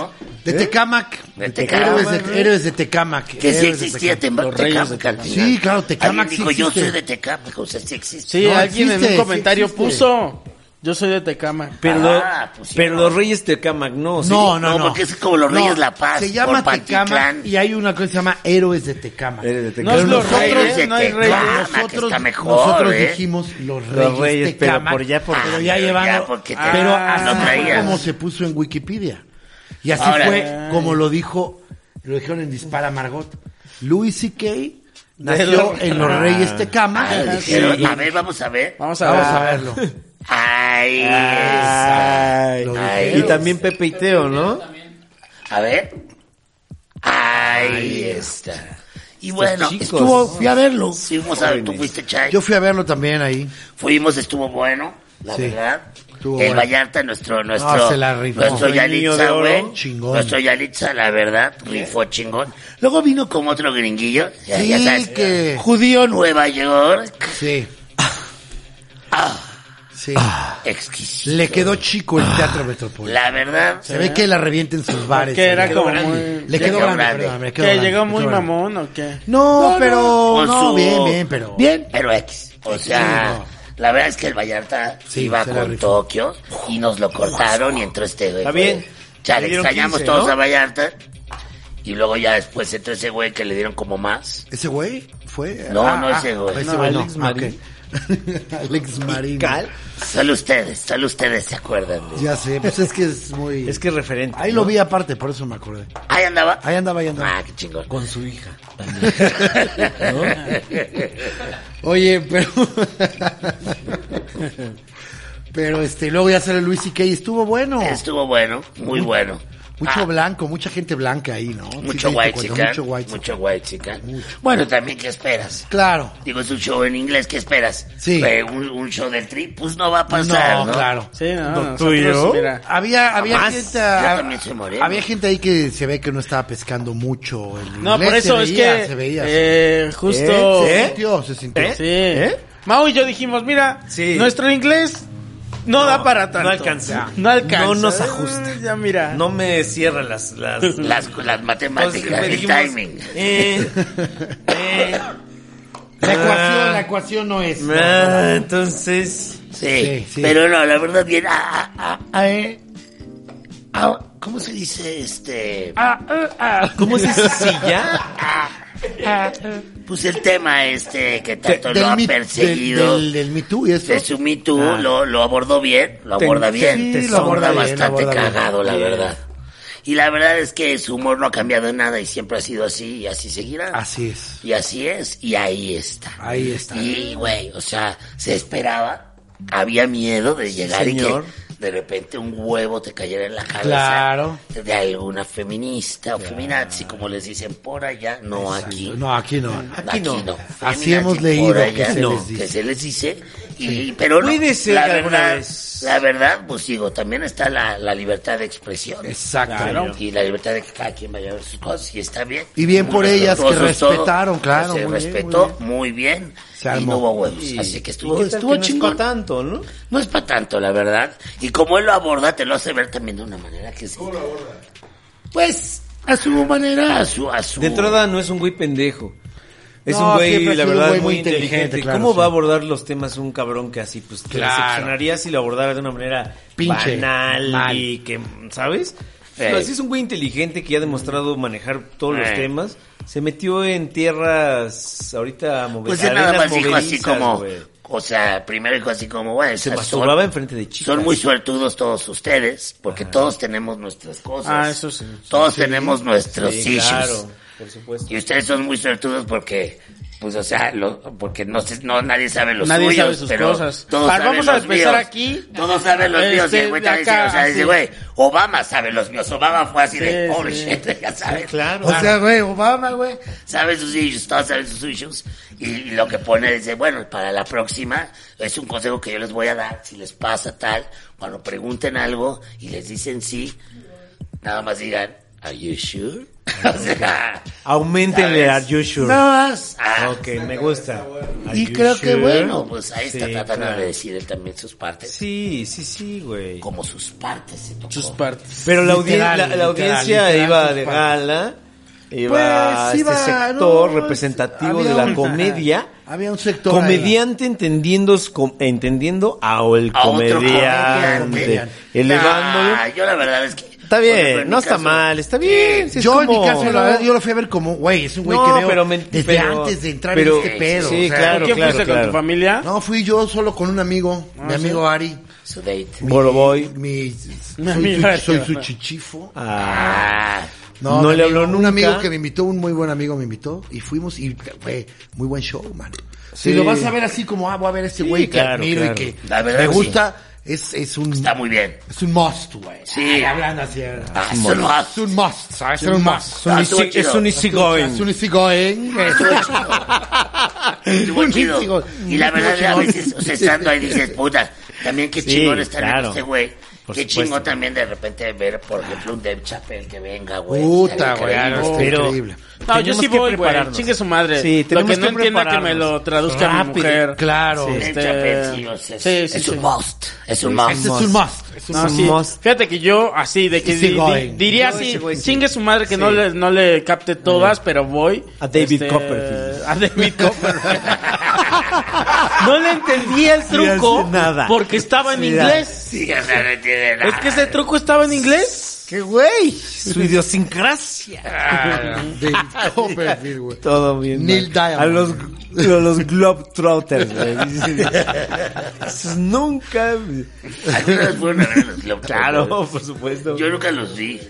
S4: Tecama,
S1: De Tecamac.
S4: ¿Eh? De
S1: Héroes
S4: Tecamac.
S1: de, héroes de Tecamac.
S4: Que sí
S1: héroes de
S4: existía
S1: Tecamac.
S4: Tem- Tecamac.
S1: Sí, claro, Tecamac
S4: Alguien
S1: sí
S4: dijo, yo
S1: existe.
S4: soy de Tecamac, o sea, sí existe.
S3: Sí,
S1: No,
S3: alguien en
S1: existe,
S3: un
S1: sí
S3: comentario
S1: existe.
S3: puso. Yo soy de Tecama.
S2: Pero,
S4: Ah, pues sí,
S2: pero
S4: no.
S2: los reyes Tecamac no. ¿sí?
S1: No, no,
S4: No,
S1: no,
S4: porque es como los Reyes La Paz,
S1: Se llama
S4: por
S1: Tecamac
S4: Pantitlán.
S1: y hay una cosa que se llama Héroes de Tecamac.
S2: Héroes de Tecamac.
S3: No es
S1: Pero
S3: los
S1: nosotros-
S3: reyes, no hay
S4: Tecamac,
S3: reyes.
S4: que
S1: Nosotros,
S4: está mejor,
S1: nosotros
S4: ¿eh?
S1: dijimos los reyes,
S2: Los Reyes, pero
S1: Tecamac,
S2: por ya por-
S1: pero ya
S4: Ah,
S1: llevando,
S4: ya porque te-
S1: pero
S4: ah,
S1: así
S4: lo
S1: fue
S4: traías.
S1: como se puso en Wikipedia. Y así
S4: Ahora.
S1: fue como lo dijo, lo dijeron en Dispara Margot. Louis C.K. nació
S3: los-
S1: en los Reyes Tecamac.
S4: Ah,
S1: Vamos
S4: dijeron, a ver, vamos a ver.
S3: Vamos a ver.
S1: a verlo.
S4: Ay,
S2: Ay.
S1: Lo
S4: Ay.
S2: Y también Pepe y Teo, ¿no?
S4: esa. A ver. Ahí está. Y bueno,
S2: chicos.
S4: estuvo, fui a verlo. Fuimos a ver, tú
S2: Jóvenes.
S4: fuiste Chay.
S1: pues, Yo fui a verlo también ahí.
S4: Fuimos, estuvo bueno, la
S1: Sí,
S4: verdad.
S1: estuvo
S4: el
S1: bueno.
S4: Vallarta, nuestro, nuestro,
S1: No, se la rifó.
S4: nuestro
S1: El
S2: niño
S4: Yalitza,
S2: de oro,
S4: güey.
S1: chingón.
S4: Nuestro Yalitza, la verdad, rifó chingón. Luego vino como otro gringuillo, ya,
S1: Sí,
S4: ya sabes,
S1: que-
S4: judío Nueva York,
S1: Sí. Sí.
S4: exquisito.
S1: Le quedó chico el Teatro Metropolitano.
S4: La verdad,
S1: Se ve que la revienta en sus bares.
S3: Que era
S1: Le
S3: como
S1: quedó
S3: muy-
S1: grande.
S4: Le
S1: Le quedó
S4: quedó
S1: grande,
S4: grande.
S1: perdóname, le quedó
S3: ¿Qué
S1: grande,
S3: llegó
S1: le
S3: muy
S1: quedó grande.
S3: mamón o qué?
S1: No, pero...
S4: con
S1: No,
S4: su-
S1: bien, bien, pero...
S4: Bien, pero X. O sea, la verdad es que el Vallarta
S1: Sí,
S4: iba
S1: se la
S4: con
S1: rifó.
S4: Tokio y nos lo cortaron y entró este güey.
S2: Está bien.
S4: Ya
S2: Le
S4: le
S2: dieron
S4: extrañamos
S2: 15,
S4: todos
S2: ¿no?
S4: a Vallarta. Y luego ya después entró ese güey que le dieron como más.
S1: ¿Ese güey fue?
S4: No,
S1: Ah,
S4: no
S1: ah,
S4: ese güey.
S1: Ese
S2: No,
S1: güey no.
S2: Alex
S1: Ah,
S2: Marín.
S1: ok. Alex Marín.
S2: Cal.
S4: Solo ustedes, solo ustedes se acuerdan de
S1: Ya sé, pues es que es muy...
S2: Es que es referente.
S1: Ahí
S2: ¿no?
S1: lo vi aparte, por eso me acordé.
S4: Ahí andaba.
S1: Ahí andaba, ahí andaba.
S4: Ah, qué chingón.
S2: Con su hija.
S1: Oye, pero... pero este, luego ya sale Luis y Kay. Estuvo bueno.
S4: Estuvo bueno, muy bueno.
S1: Mucho
S4: Ah,
S1: blanco, mucha gente blanca ahí, ¿no? Sí te
S4: Mucho
S1: diste
S4: guay,
S1: cuenta,
S4: chica.
S1: Mucho guay.
S4: Mucho guay, chica. Bueno, también, ¿qué esperas?
S1: Claro.
S4: Digo, es un show en inglés, ¿qué esperas?
S1: Sí.
S4: Eh, un, un show del tri, pues no va a pasar, ¿no?
S1: no, claro.
S3: Sí, no,
S2: ¿Lo
S3: nosotros,
S2: tuyo?
S3: mira.
S1: Había, había
S4: Jamás.
S1: gente,
S4: Yo
S1: ah,
S4: también soy moreno.
S1: había gente ahí que se ve que no estaba pescando mucho. El
S3: No,
S1: inglés
S3: por eso
S1: se
S3: es
S1: veía,
S3: que
S1: se veía.
S3: eh, justo
S1: se
S2: ¿Eh?
S1: sintió, se sintió.
S2: ¿Eh?
S3: sí.
S2: ¿Eh?
S3: Mau y yo dijimos, mira,
S2: Sí.
S3: nuestro inglés no, da para tanto.
S2: no alcanza.
S3: No alcanza.
S2: No nos
S3: Eh,
S2: ajusta.
S3: Ya mira.
S2: No me cierra las... las...
S4: Las, las
S2: Entonces,
S4: matemáticas,
S1: Pues,
S2: me
S4: el
S2: dijimos,
S4: timing.
S2: eh, eh,
S1: La ecuación,
S2: Ah.
S1: la ecuación no es.
S2: ah, entonces...
S4: Sí,
S1: Sí, sí.
S4: pero no, la verdad, bien. ah, ah, ah, ah, eh. Ah, ¿Cómo se dice este?
S1: eh,
S2: ¿Cómo es esa silla?
S4: Pues el tema este que tanto
S1: eh. Del
S4: lo ha
S1: Me-
S4: perseguido.
S1: Del, del, del Me Too y eso.
S4: de su Me Too,
S1: Ah.
S4: lo, lo abordó bien, lo aborda bien.
S1: sí,
S4: lo
S1: lo aborda
S4: aborda
S1: bien, lo
S4: bastante
S1: aborda bien.
S4: cagado, la verdad. Y la verdad es que su humor no ha cambiado en nada y siempre ha sido así y así seguirá.
S1: Así es.
S4: Y así es, y ahí está.
S1: Ahí está.
S4: Y, güey, o sea, se esperaba, había miedo de llegar
S2: señor.
S4: y que de repente un huevo te cayera en la cabeza
S1: Claro.
S4: de alguna feminista o feminazi, como les dicen por allá, no aquí.
S1: No, aquí no.
S4: Aquí no.
S1: Así hemos
S4: Feminazi
S1: leído
S4: por
S1: que
S4: allá,
S1: se
S4: no,
S1: les dice.
S4: que se les dice. Y, Pero no,
S2: Cuídese
S4: la
S2: alguna
S4: verdad,
S2: vez.
S4: la verdad, pues digo, también está la, la libertad de expresión.
S1: Exacto.
S4: Y la libertad de que cada quien vaya a ver sus cosas y está bien.
S1: Y bien
S4: Muy
S1: por ellas, que
S4: respetuosos todo,
S1: respetaron, claro,
S4: Se
S1: muy bien,
S4: respetó muy bien.
S1: Se
S4: y
S1: armó.
S4: no hubo huevos. Así que estuvo, estuvo chingón.
S2: tanto, ¿no?
S4: No es para tanto, la verdad. Y como él lo aborda, te lo hace ver también de una manera que sí. Pues, a su manera, a su... A su
S2: De entrada no es un güey pendejo. Es
S1: No,
S2: un güey,
S1: siempre ha
S2: la
S1: sido un
S2: verdad,
S1: güey
S2: muy
S1: muy inteligente,
S2: inteligente.
S1: claro,
S2: ¿Cómo
S1: sí.
S2: va a abordar los temas un cabrón que así, pues, te
S1: Claro.
S2: decepcionaría si lo abordara de una manera
S1: Pinche,
S2: banal
S1: mal.
S2: y que, ¿sabes?
S4: Ey.
S2: No, así es un güey inteligente que ya ha demostrado manejar todos los
S4: Ey.
S2: temas. Se metió en tierras ahorita move-
S4: Pues él nada
S2: arenas
S4: más dijo así
S2: movedizas,
S4: como...
S2: güey.
S4: O sea, primero dijo así como, bueno,
S2: Se
S4: esas
S2: masturbaba
S4: son-
S2: enfrente de chicas.
S4: Son muy suertudos todos ustedes, porque todos tenemos nuestras cosas.
S3: Ah, eso sí.
S4: Todos tenemos nuestros
S2: Sí,
S4: issues.
S2: claro, por supuesto.
S4: Y ustedes son muy suertudos porque, pues, o sea, lo- porque no, sé- no nadie sabe los
S3: Nadie
S4: suyos,
S3: sabe sus
S4: pero
S3: cosas.
S4: todos
S3: Ah,
S4: saben
S3: vamos a
S4: los
S3: empezar
S4: míos.
S3: aquí.
S4: Todos saben los
S3: Este,
S4: míos. Y el güey
S3: de
S4: también dice,
S3: acá,
S4: o sea,
S3: sí.
S4: dice, güey, Obama sabe los míos. Obama fue así de,
S3: Sí,
S4: holy
S3: sí.
S4: shit, ya sabes.
S3: Claro.
S1: O sea, güey, Obama, güey.
S4: Sabe sus issues, todos saben sus issues. Y, y lo que pone dice, bueno, para la próxima es un consejo que yo les voy a dar. Si les pasa tal, cuando pregunten algo y les dicen sí, nada más digan, ¿Are you sure? o sea,
S2: Aumentenle a
S4: ¿sabes?
S2: Joshua.
S4: nada más. Ah,
S2: Ok, me gusta. Are
S4: Y
S2: you
S4: creo que
S2: sure?
S4: bueno, pues ahí está
S2: Sí,
S4: tratando
S2: claro.
S4: de decir él también sus partes.
S2: Sí, sí, sí, güey.
S4: Como sus partes se tocó.
S3: Sus partes.
S2: Pero la, audien-
S1: Literal,
S2: la- la
S1: literal,
S2: audiencia
S1: literal,
S2: iba
S1: sus
S2: de
S1: partes.
S2: gala, iba
S1: Pues,
S2: a
S1: iba,
S2: este sector
S1: no,
S2: representativo
S1: había
S2: de la
S1: un-
S2: comedia.
S1: Había un sector. ahí.
S2: Comediante entendiendo, com- entendiendo a el
S4: A otro
S2: comediante,
S4: comediante.
S2: elevándolo.
S4: Ah, yo la verdad es que...
S2: Está
S4: por ejemplo,
S2: bien,
S4: en
S2: no
S4: mi
S2: está
S4: caso,
S2: mal, está bien. sí, es
S1: yo en
S2: como-
S1: mi caso, la verdad, yo lo fui a ver como, güey, es un güey
S2: No,
S1: que veo
S2: pero me-
S1: desde
S2: pero-
S1: antes de entrar
S2: pero-
S1: en este pedo.
S2: sí,
S1: o sea,
S2: claro,
S3: ¿Con quién
S2: claro,
S3: fuiste
S2: claro.
S3: con tu familia?
S1: No, fui yo solo con un amigo,
S2: Ah,
S1: mi amigo Ari.
S4: Su date.
S2: Boroboy.
S1: Mi,
S3: Mi
S1: soy,
S3: amigo Ari.
S1: su, soy su chichifo.
S2: Ah,
S4: Ah,
S2: no,
S1: mi
S2: le
S1: amigo-
S2: habló nunca.
S1: Un amigo que me invitó, un muy buen amigo me invitó, y fuimos, y fue muy buen show, man. Si lo vas a ver así como, ah, voy a ver a este güey que
S2: claro,
S1: admiro
S2: claro.
S1: y que
S4: La verdad
S1: me
S4: que
S1: gusta, es, es un...
S4: está muy bien.
S1: Es un must, güey.
S4: Sí.
S1: hablando así. ¿verdad?
S4: Ah, eso no
S1: Es
S4: hace.
S1: un must, ¿sabes? Es un must.
S2: es un
S4: Ah,
S2: easy-
S4: estuvo chido.
S2: es un easy going.
S1: Es un easy going.
S4: Estuvo
S1: un
S4: chido.
S1: chingón.
S4: Y la verdad,
S1: Estuvo
S4: a
S1: chingón.
S4: veces, o sea, estando ahí dices, puta, también qué
S2: Sí,
S4: chingón estar en
S2: claro.
S4: este güey.
S2: Por
S4: Qué
S2: supuesto.
S4: chingón también de repente ver, por ejemplo, un Dave Chappelle que venga, güey.
S1: Puta,
S4: Estaría
S1: güey.
S4: increíble.
S1: está
S2: Pero-
S1: increíble.
S3: No, yo
S2: Tenemos
S3: sí
S2: que
S3: voy, güey.
S2: prepararnos.
S3: Chingue su madre.
S2: Sí,
S3: Lo
S2: tenemos
S3: que no
S2: que
S3: entienda que me
S2: prepararnos.
S3: lo traduzca mi
S2: Rápido,
S3: mujer.
S1: Claro.
S4: Dave
S3: Este-
S4: Chappelle, sí, o sea, es,
S3: Sí, sí,
S4: es
S3: sí.
S4: un must. Es un must.
S1: Es un must. Es un
S3: No,
S1: must.
S3: sí. Fíjate que yo así, de que
S1: Sí,
S3: di- di-
S1: going.
S3: diría
S2: Yo
S3: así,
S2: ese güey sí.
S3: chingue su madre que no, le, no le capte todas, pero voy. este,
S2: A David Copperfield.
S3: A David Copperfield. no le entendía el truco
S2: así, nada.
S3: porque estaba en
S2: Sí,
S3: inglés.
S4: Sí, o sea, no tiene nada.
S3: Es que ese truco estaba en inglés.
S2: ¡Qué güey! Su idiosincrasia.
S1: David Copperfield, güey.
S2: Todo bien.
S1: Neil
S2: man.
S1: Diamond.
S2: A los, a los Globetrotters, güey. Esos Nunca.
S4: Alguna vez fueron a ver a los Globetrotters.
S2: Claro, por supuesto.
S4: Yo nunca los vi.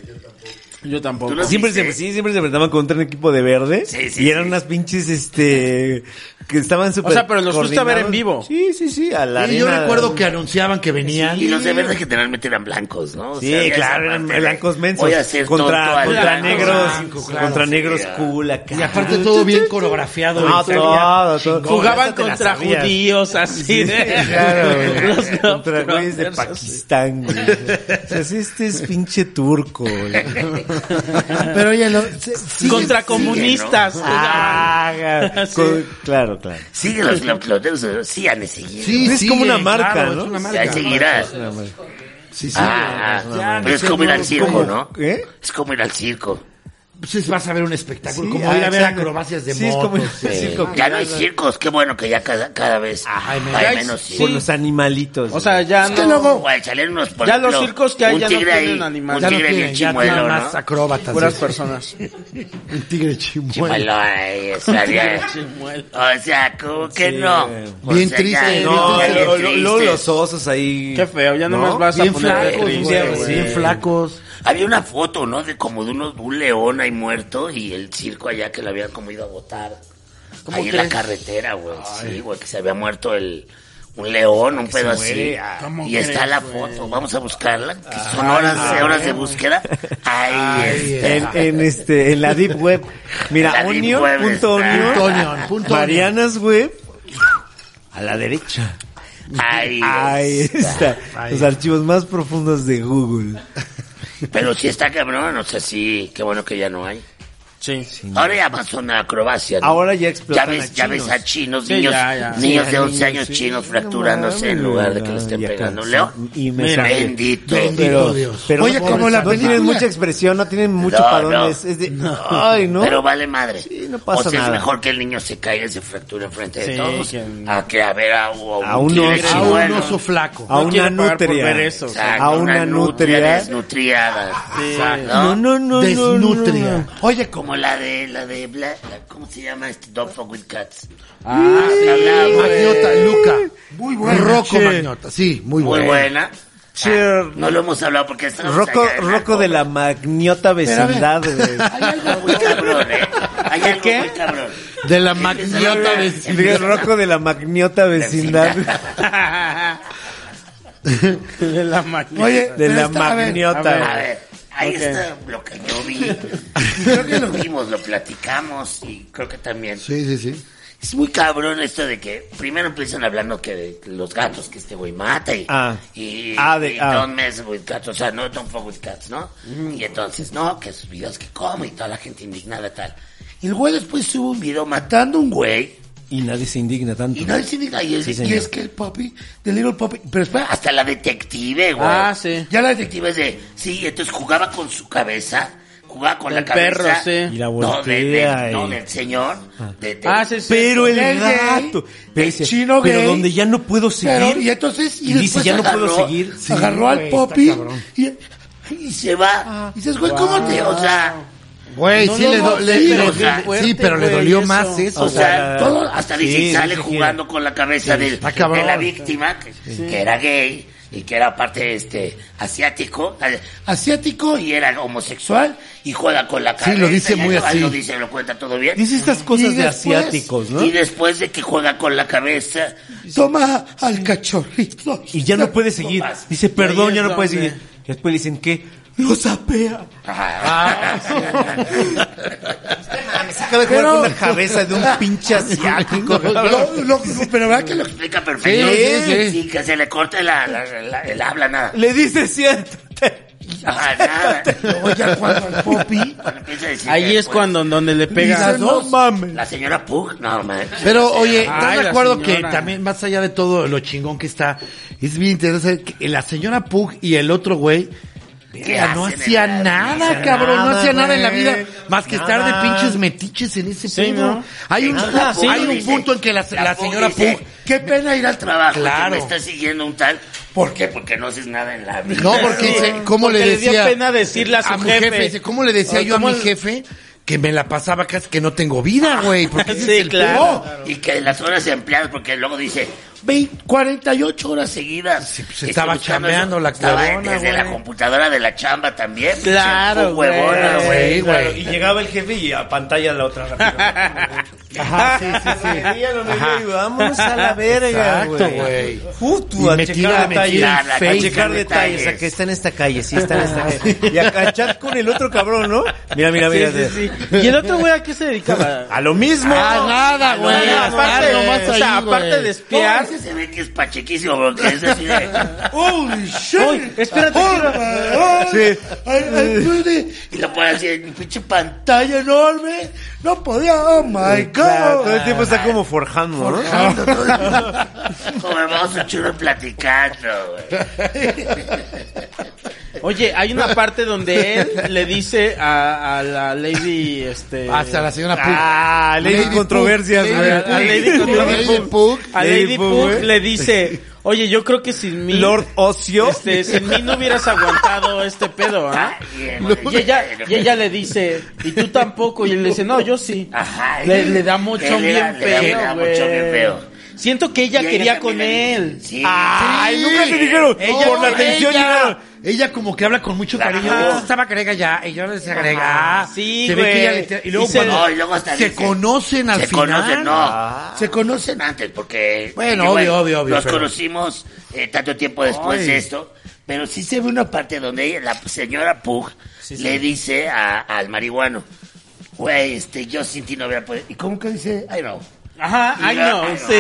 S3: Yo tampoco.
S4: ¿Tú lo
S2: Siempre se,
S4: viste?
S2: sí, siempre se enfrentaban contra un equipo de verde.
S4: Sí, sí,
S2: y eran
S4: sí.
S2: unas pinches, este, que estaban súper.
S3: O sea, pero los fuiste a ver en
S2: coordinados.
S3: vivo.
S2: Sí, sí, sí, a la
S1: Y yo
S2: arena.
S1: recuerdo que anunciaban que venían.
S4: Y los de verdad generalmente eran blancos, ¿no? O
S2: Sí,
S4: sea, había
S2: claro,
S4: esa
S2: eran
S4: parte de,
S2: blancos mensos.
S4: Voy a ser tonto
S2: contra,
S4: al
S2: contra
S4: blanco.
S2: negros,
S1: blanco, claro.
S2: contra negros
S4: Sí,
S2: cool acá.
S1: Y aparte todo bien coreografiado.
S2: No,
S1: güey.
S2: todo, todo.
S3: Jugaban
S2: Esa te la
S3: contra
S2: sabías.
S3: judíos, así. de-
S2: Claro, güey.
S3: Los
S2: Contra güeyes de
S3: Globetrotters, así.
S2: Pakistán, güey. O sea, sí, este es pinche turco, güey.
S1: Pero oye, lo- se- sí,
S3: Contra
S4: sigue,
S3: comunistas. jugaban.
S2: Ah,
S3: Sí.
S2: con- claro, claro.
S4: Sigue los Globetrotters, sí han de seguir.
S1: sí,
S2: Es
S1: sigue,
S2: como una marca,
S1: claro,
S2: ¿no?
S1: Es una
S4: Ya
S1: marca.
S4: seguirás.
S1: Sí, sí.
S4: Ah, ah, pero es como ir al circo, ¿no?
S2: ¿Qué?
S4: Es como ir al circo.
S1: Pues vas a ver un espectáculo,
S2: Sí,
S1: como ir a ver
S2: exacto.
S1: acrobacias de
S2: Sí, es como
S1: motos.
S2: ir a ver
S1: sí.
S2: circo.
S4: Ya no hay circos, qué bueno que ya cada, cada vez hay menos,
S6: ay,
S4: circos.
S2: Con los animalitos.
S3: O sea, ya
S4: Es que
S3: no.
S4: luego, güey, salieron unos, por
S3: Ya
S4: ejemplo,
S3: los circos que hay
S4: un
S3: ya no
S4: tigre
S3: tienen
S4: ahí,
S3: animales.
S4: Un
S1: Ya no
S4: tigre y
S1: tienen,
S4: un
S1: ya nada
S4: chimuelo, ¿no?
S1: más acróbatas.
S3: Puras
S1: güey.
S3: personas.
S1: Un tigre chimuelo.
S4: Chimuelo, ay, estaría... o sea, como que
S2: Sí,
S4: no. Pues
S2: güey.
S4: O
S1: Bien
S4: sea,
S1: triste,
S4: ya-
S1: bien
S2: no,
S1: triste.
S4: bien
S2: lo- lo- luego
S4: triste.
S2: los osos ahí.
S3: Qué feo, ya
S2: ¿No?
S3: nomás vas a
S1: Bien
S3: poner
S1: flacos,
S3: triste,
S1: güey,
S3: güey.
S1: bien flacos.
S4: Había una foto, ¿no? De como de unos, de un león ahí muerto y el circo allá que lo habían como ido a botar. Ahí en la carretera, güey. Sí, güey, que se había muerto el... Un león, un pedo así.
S2: muere, ah.
S4: Y está la foto. Vamos a buscarla. que son horas, horas de búsqueda. Ahí está.
S2: En, en este, en la Deep Web. Mira,
S4: La Deep
S2: onion,
S4: Web
S2: punto
S4: está.
S2: onion,
S1: Punto onion, punto onion.
S2: Marianas Web. A la derecha.
S4: Ahí
S2: Ahí está.
S1: Ahí.
S2: Los archivos más profundos de Google.
S4: Pero sí está cabrón, o sea, sí, qué bueno que ya no hay.
S3: Sí.
S4: Ahora ya más una acrobacia, ¿no?
S2: Ahora ya explotan
S4: ya ves,
S2: a
S4: ya ves
S2: chinos.
S4: a chinos,
S3: Sí,
S4: niños,
S3: ya, ya.
S4: niños
S2: Sí,
S4: de 11
S2: niños,
S4: años
S2: sí.
S4: chinos
S2: No
S4: fracturándose en
S2: mames,
S4: lugar de que le
S2: no,
S4: estén
S2: y acá,
S4: pegando un
S2: sí,
S4: león.
S2: Y me
S3: Mira,
S2: sabe.
S4: Bendito.
S1: bendito.
S2: Pero,
S1: Dios.
S2: pero
S1: Oye,
S2: no,
S1: como la
S2: no tienen
S1: película.
S2: mucha expresión, no tienen mucho
S4: No,
S2: parón.
S4: no.
S2: Es, es de, ay, no.
S4: Pero vale madre.
S2: Sí, no pasa
S4: o sea,
S2: nada.
S4: es mejor que el niño se caiga y se fracture enfrente de
S3: Sí,
S4: todos
S3: que-
S4: a que a ver a, a un,
S2: A un
S4: tigre
S2: oso.
S1: A
S4: chimuelo.
S1: un oso flaco.
S2: a
S3: no
S2: una
S3: quiero pagar por
S2: nutria.
S3: ver eso.
S4: Exacto,
S2: a una nutria.
S4: desnutriada. Exacto.
S2: No, no, no. no, no,
S1: Desnutria.
S2: no.
S1: Oye, como
S4: Como la de, la de, Bla- la- ¿cómo se llama este? Dog Fuck with Cats.
S3: Ah,
S4: Se hablaba, güey.
S1: Magnota, Luca. Muy
S2: buena,
S1: Rocco
S2: che.
S1: Magnota, sí, muy
S4: Muy
S1: buena.
S4: buena. Ah,
S2: Che,
S4: No lo hemos hablado porque estamos
S2: Roco,
S4: allá en
S2: Roco eh, de la
S4: Alcoba.
S2: magniota vecindad, güey.
S4: Hay algo muy cabrón, ¿eh? Hay algo muy cabrón.
S1: De la Magnota
S2: Y digo, Roco de la magniota vecindad.
S3: de la máquina.
S1: Oye,
S2: De la
S1: Esta, a ver,
S4: A
S2: magniota.
S4: ver, ahí
S3: Ok.
S4: está lo que yo vi. Creo que lo vimos, lo platicamos y creo que también.
S1: Sí, sí, sí.
S4: Es muy cabrón esto de que primero empiezan hablando que de los gatos que este güey mata y,
S2: Ah.
S4: y,
S2: Ah, de-
S4: y
S2: ah.
S4: don't mess with cats, o sea, no don't fuck with cats, ¿no? Y entonces, no, que sus videos que come y toda la gente indignada tal. Y el güey después sube un video matando a un güey
S2: Y nadie se indigna tanto.
S4: y no dice ni y, es-
S2: Sí,
S4: y
S2: señor.
S4: es que el papi, the little papi, pero espera, hasta la detective, güey.
S3: Ah, sí.
S4: Ya la detective es de, sí, entonces jugaba con su cabeza, jugaba con la
S3: Del
S4: cabeza.
S3: perro, sí.
S2: Y la
S4: No, de- de-
S2: voltea,
S4: no,
S2: y-
S4: del señor. de- de-
S3: Ah, sí, sí.
S2: Pero el
S1: El gay,
S2: gato. Pero,
S1: el
S2: dice,
S1: chino
S2: pero
S1: gay,
S2: donde ya no puedo
S4: Pero, y
S2: seguir.
S4: entonces, y,
S2: Y dice,
S4: después
S2: ya no puedo
S4: agarró-
S2: seguir. Sí,
S4: agarró al
S1: güey, está
S4: papi
S1: cabrón. Ah.
S4: y, y se va. y dices, güey, ¿cómo te, o sea,
S1: Güey, sí,
S3: no,
S1: le
S3: no,
S1: do- le-
S4: sí,
S1: pero-
S4: o sea,
S1: sí, pero le
S3: fuerte,
S1: dolió
S3: güey,
S1: más
S3: eso.
S1: eso.
S4: O sea,
S2: sea,
S4: todo, hasta dice,
S2: sí,
S4: sale
S2: sí, sí.
S4: jugando con la cabeza del-
S1: está cabrón.
S4: de la víctima, que, que era gay y que era parte este asiático, eh, asiático y era homosexual y juega con la cabeza.
S1: lo dice
S4: y
S1: muy
S4: ahí- ahí
S1: así. pues,
S4: Lo dice, lo cuenta todo bien.
S2: Dice estas cosas de asiáticos, ¿no?
S4: Y después de que juega con la cabeza,
S1: Toma al cachorrito.
S2: Y ya no puede seguir.
S4: más.
S2: Dice,
S3: ahí
S2: perdón, ya
S3: es
S2: no puede
S3: donde-
S2: seguir. Y después le dicen, ¿qué? Lo sapea.
S1: Ah.
S2: Se acaba de jugar
S1: Pero-
S2: con la cabeza de un pinche asiático.
S1: Lo- lo- pero ¿verdad que lo-
S4: explica perfecto.
S1: Sí, sí, sí.
S4: que se le corta la- la- la- el habla nada.
S2: Le dice, siéntate.
S4: Ajá, nada.
S1: Luego ya cuando al Poppy-
S4: Cuando empieza a decir
S3: Ahí
S4: que,
S3: es
S4: pues,
S3: cuando en donde le pega.
S1: Dice, no mames.
S4: La señora Pug, no, man.
S1: Pero oye, ¿estás
S3: Ay,
S1: de
S3: la
S1: acuerdo que
S3: señora.
S1: también más allá de todo lo chingón que está, es bien interesante que la señora Pug y el otro güey verga, no
S4: hacen en
S1: hacía
S4: la-
S1: nada,
S4: no hacían
S1: cabrón, no
S2: nada,
S1: hacía nada en la
S2: güey.
S1: vida más que estar
S2: Nada.
S1: de pinches metiches en ese
S3: Sí,
S1: pedo.
S3: ¿no?
S1: Hay un,
S4: Nada, sí.
S1: hay un
S4: Dice,
S1: punto en que la,
S4: la
S1: la
S4: Pug
S1: señora
S4: dice,
S1: Pug, qué pena ir al
S4: trabajo. Claro.
S1: Claro.
S4: Me está siguiendo un tal. ¿Por qué? Porque no haces nada en la vida.
S1: No, porque dice, ¿cómo
S3: Porque
S1: le
S3: le dio
S1: decía?
S3: pena decirle a su
S1: mi
S3: jefe.
S1: dice, ¿Cómo le decía
S3: O
S1: yo a
S3: cómo
S1: mi
S3: el-
S1: jefe que me la pasaba casi que no tengo vida, güey? Porque ese
S3: Sí,
S1: es el "Oh,
S3: claro.
S1: pedo.
S4: Y que las horas empleadas, porque luego dice, ve 48 horas seguidas.
S1: Sí, pues,
S4: Estoy
S1: estaba
S4: buscando
S1: chambeando
S4: eso.
S1: la
S4: Estaba
S1: huevona,
S4: desde
S1: güey.
S4: la computadora de la chamba también.
S3: Claro,
S4: Fue
S2: Ah,
S4: huevona,
S1: Sí,
S4: güey.
S3: güey.
S1: güey.
S2: Y llegaba el jefe y a pantalla la otra.
S1: Ajá, sí, sí, sí. Ajá.
S2: Vamos a la verga,
S1: Exacto,
S2: güey.
S1: güey.
S2: Justo
S1: Y
S2: a
S1: metida,
S2: checar
S1: metida
S2: detalles.
S4: en
S2: A
S4: Facebook.
S2: checar detalles. A que está en esta calle, Ah, sí, está en esta calle. Y a cachar con el otro cabrón, ¿no? Mira, mira, mira.
S3: Sí, sí, sí. ¿Y el otro güey a qué se dedicaba?
S2: A lo mismo.
S1: Ah, nada,
S3: No,
S1: güey.
S3: aparte,
S1: Nada, nomás
S3: o sea,
S1: ahí, güey.
S3: aparte de
S4: No,
S3: espiar.
S4: ese se ve que es pachequísimo, porque es así de...
S1: Holy shit.
S3: Uy, espérate,
S1: Ah, Sí.
S4: Y lo pone así en pinche pan.
S1: Talla enorme. No podía. Oh my
S2: Claro, todo el
S1: god.
S2: tiempo está como forjando, ¿no?
S4: Como vamos a chulo platicando, güey.
S3: Oye, hay una parte donde él le dice a, a la Lady, este...
S1: Hasta la señora Pug.
S2: Ah, Lady,
S1: Lady
S2: Controversias,
S1: Pug,
S2: güey.
S1: Lady
S3: A Lady,
S1: Pug, Lady
S3: Pug,
S1: Pug.
S3: a Lady
S2: Lady Pug,
S3: Pug eh.
S2: güey.
S3: le dice, oye, yo creo que sin mí,
S2: Lord Ocio.
S3: este, sin mí no hubieras aguantado este pedo, ¿ah?
S4: Ay,
S3: Y ella,
S4: Pues,
S3: y ella le dice, y tú tampoco, y él le dice, no, yo sí.
S4: Ajá.
S3: le, le da mochón
S4: Le da-
S3: bien
S4: le da- le
S3: feo,
S4: da mochón bien feo.
S3: güey. Siento que ella
S4: Y
S3: quería con
S4: también le-
S3: él.
S4: Sí.
S2: Ay,
S1: Sí.
S2: nunca te dijeron.
S3: Ella-
S2: por la atención
S1: ella,
S2: llegaron.
S1: Ah, Ella como que habla con mucho cariño.
S3: Ajá.
S1: Oh, estaba agrega ya, y yo les agrega.
S3: Ajá. Sí,
S1: se ve
S3: güey.
S1: que ella le tira- y luego
S3: Y se-
S1: cuando
S4: No, y luego hasta
S1: se
S4: dice,
S1: conocen al
S4: se
S1: final.
S4: conocen, no.
S1: Se conocen.
S4: antes porque
S1: Bueno,
S4: digo,
S1: obvio, obvio, obvio,
S4: nos
S1: pero-
S4: conocimos eh, tanto tiempo después
S1: Ay.
S4: de esto pero sí se ve una parte donde ella- la señora Pug le dice a- al marihuano güey este yo sin ti no hubiera podido y cómo que dice I know
S3: Ajá, ay
S4: la-
S3: no, sí.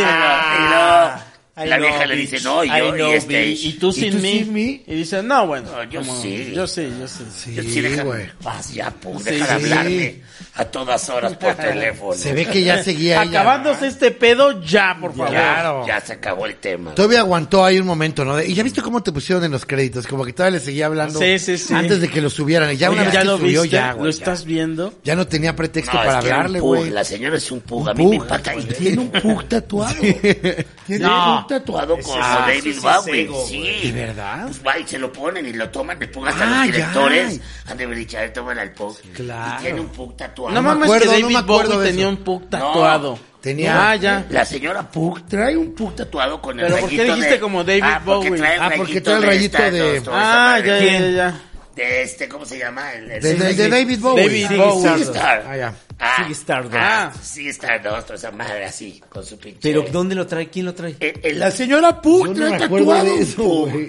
S4: Ah, y
S3: Ay,
S4: la
S3: no,
S4: vieja le
S3: bitch.
S4: dice no y
S3: Ay,
S4: yo
S3: no,
S4: y este
S3: bitch. y tú sin mí.
S1: mí?
S3: Y dice, no, bueno.
S4: No, yo sí.
S3: Yo sí, yo sí.
S4: yo,
S1: Sí,
S4: sí, deja,
S1: güey.
S4: vas ya Pug
S3: Sí,
S4: deja de
S1: sí.
S4: hablarme a todas horas por teléfono
S1: Se ve que ya seguía ella.
S3: Acabándose este pedo ya, por favor.
S1: Claro.
S4: ya se acabó el tema
S1: Todavía aguantó ahí un momento, ¿no? De- Y ya viste cómo te pusieron en los créditos, como que todavía le seguía hablando
S3: Sí, sí, sí.
S1: antes de que lo subieran. Y ya
S3: Oye,
S1: una vez
S3: ya
S1: que
S3: lo
S1: subió,
S3: viste,
S1: ya, güey.
S3: lo
S1: ya.
S3: estás viendo.
S1: Ya no tenía pretexto
S4: No,
S1: para
S4: es que era un
S1: hablarle,
S4: pug.
S1: güey.
S4: La señora es un pug.
S1: Un
S4: a mí me
S1: pug.
S4: impacta. Y tiene un pug tatuado. Tiene un pug tatuado como David Bowie. Sí.
S1: ¿De verdad?
S4: Pues va y se lo ponen y lo toman. El pug hasta
S1: Ah,
S4: los
S1: ya.
S4: directores han de haber dicho, a ver, toman al pug.
S1: Claro.
S4: Y tiene un pug tatuado.
S3: No
S1: me
S3: mames
S1: acuerdo,
S3: que
S1: no
S3: David
S1: me acuerdo
S3: Bowie
S1: de
S3: tenía
S1: eso.
S3: un pug tatuado.
S1: tenía-
S3: Ah, ya.
S4: La señora Pug trae un pug tatuado con el
S3: Pero ¿por
S4: rayito
S3: qué dijiste
S4: de-
S3: como David
S4: ah, porque
S3: Bowie?
S4: Trae
S1: Ah, porque trae el rayito
S4: esta,
S1: de-
S4: todo, todo
S3: Ah,
S4: esta
S3: ya,
S4: madre.
S3: ya, ya, ya.
S4: De este, ¿cómo se llama? El, el-
S1: De, de- de David Bowie.
S3: David Bowie.
S1: Stardust.
S4: Star.
S1: Ah, ya.
S4: Ah,
S2: Sigue Stardust.
S3: Ah,
S4: Sí, Stardust, esa madre así, con su pinche...
S2: Pero ¿dónde lo trae? ¿Quién lo trae?
S4: Eh, eh,
S1: La señora Pug
S5: Yo no
S1: trae
S5: me acuerdo
S1: tatuado.
S5: de eso,
S1: Pug.
S5: güey.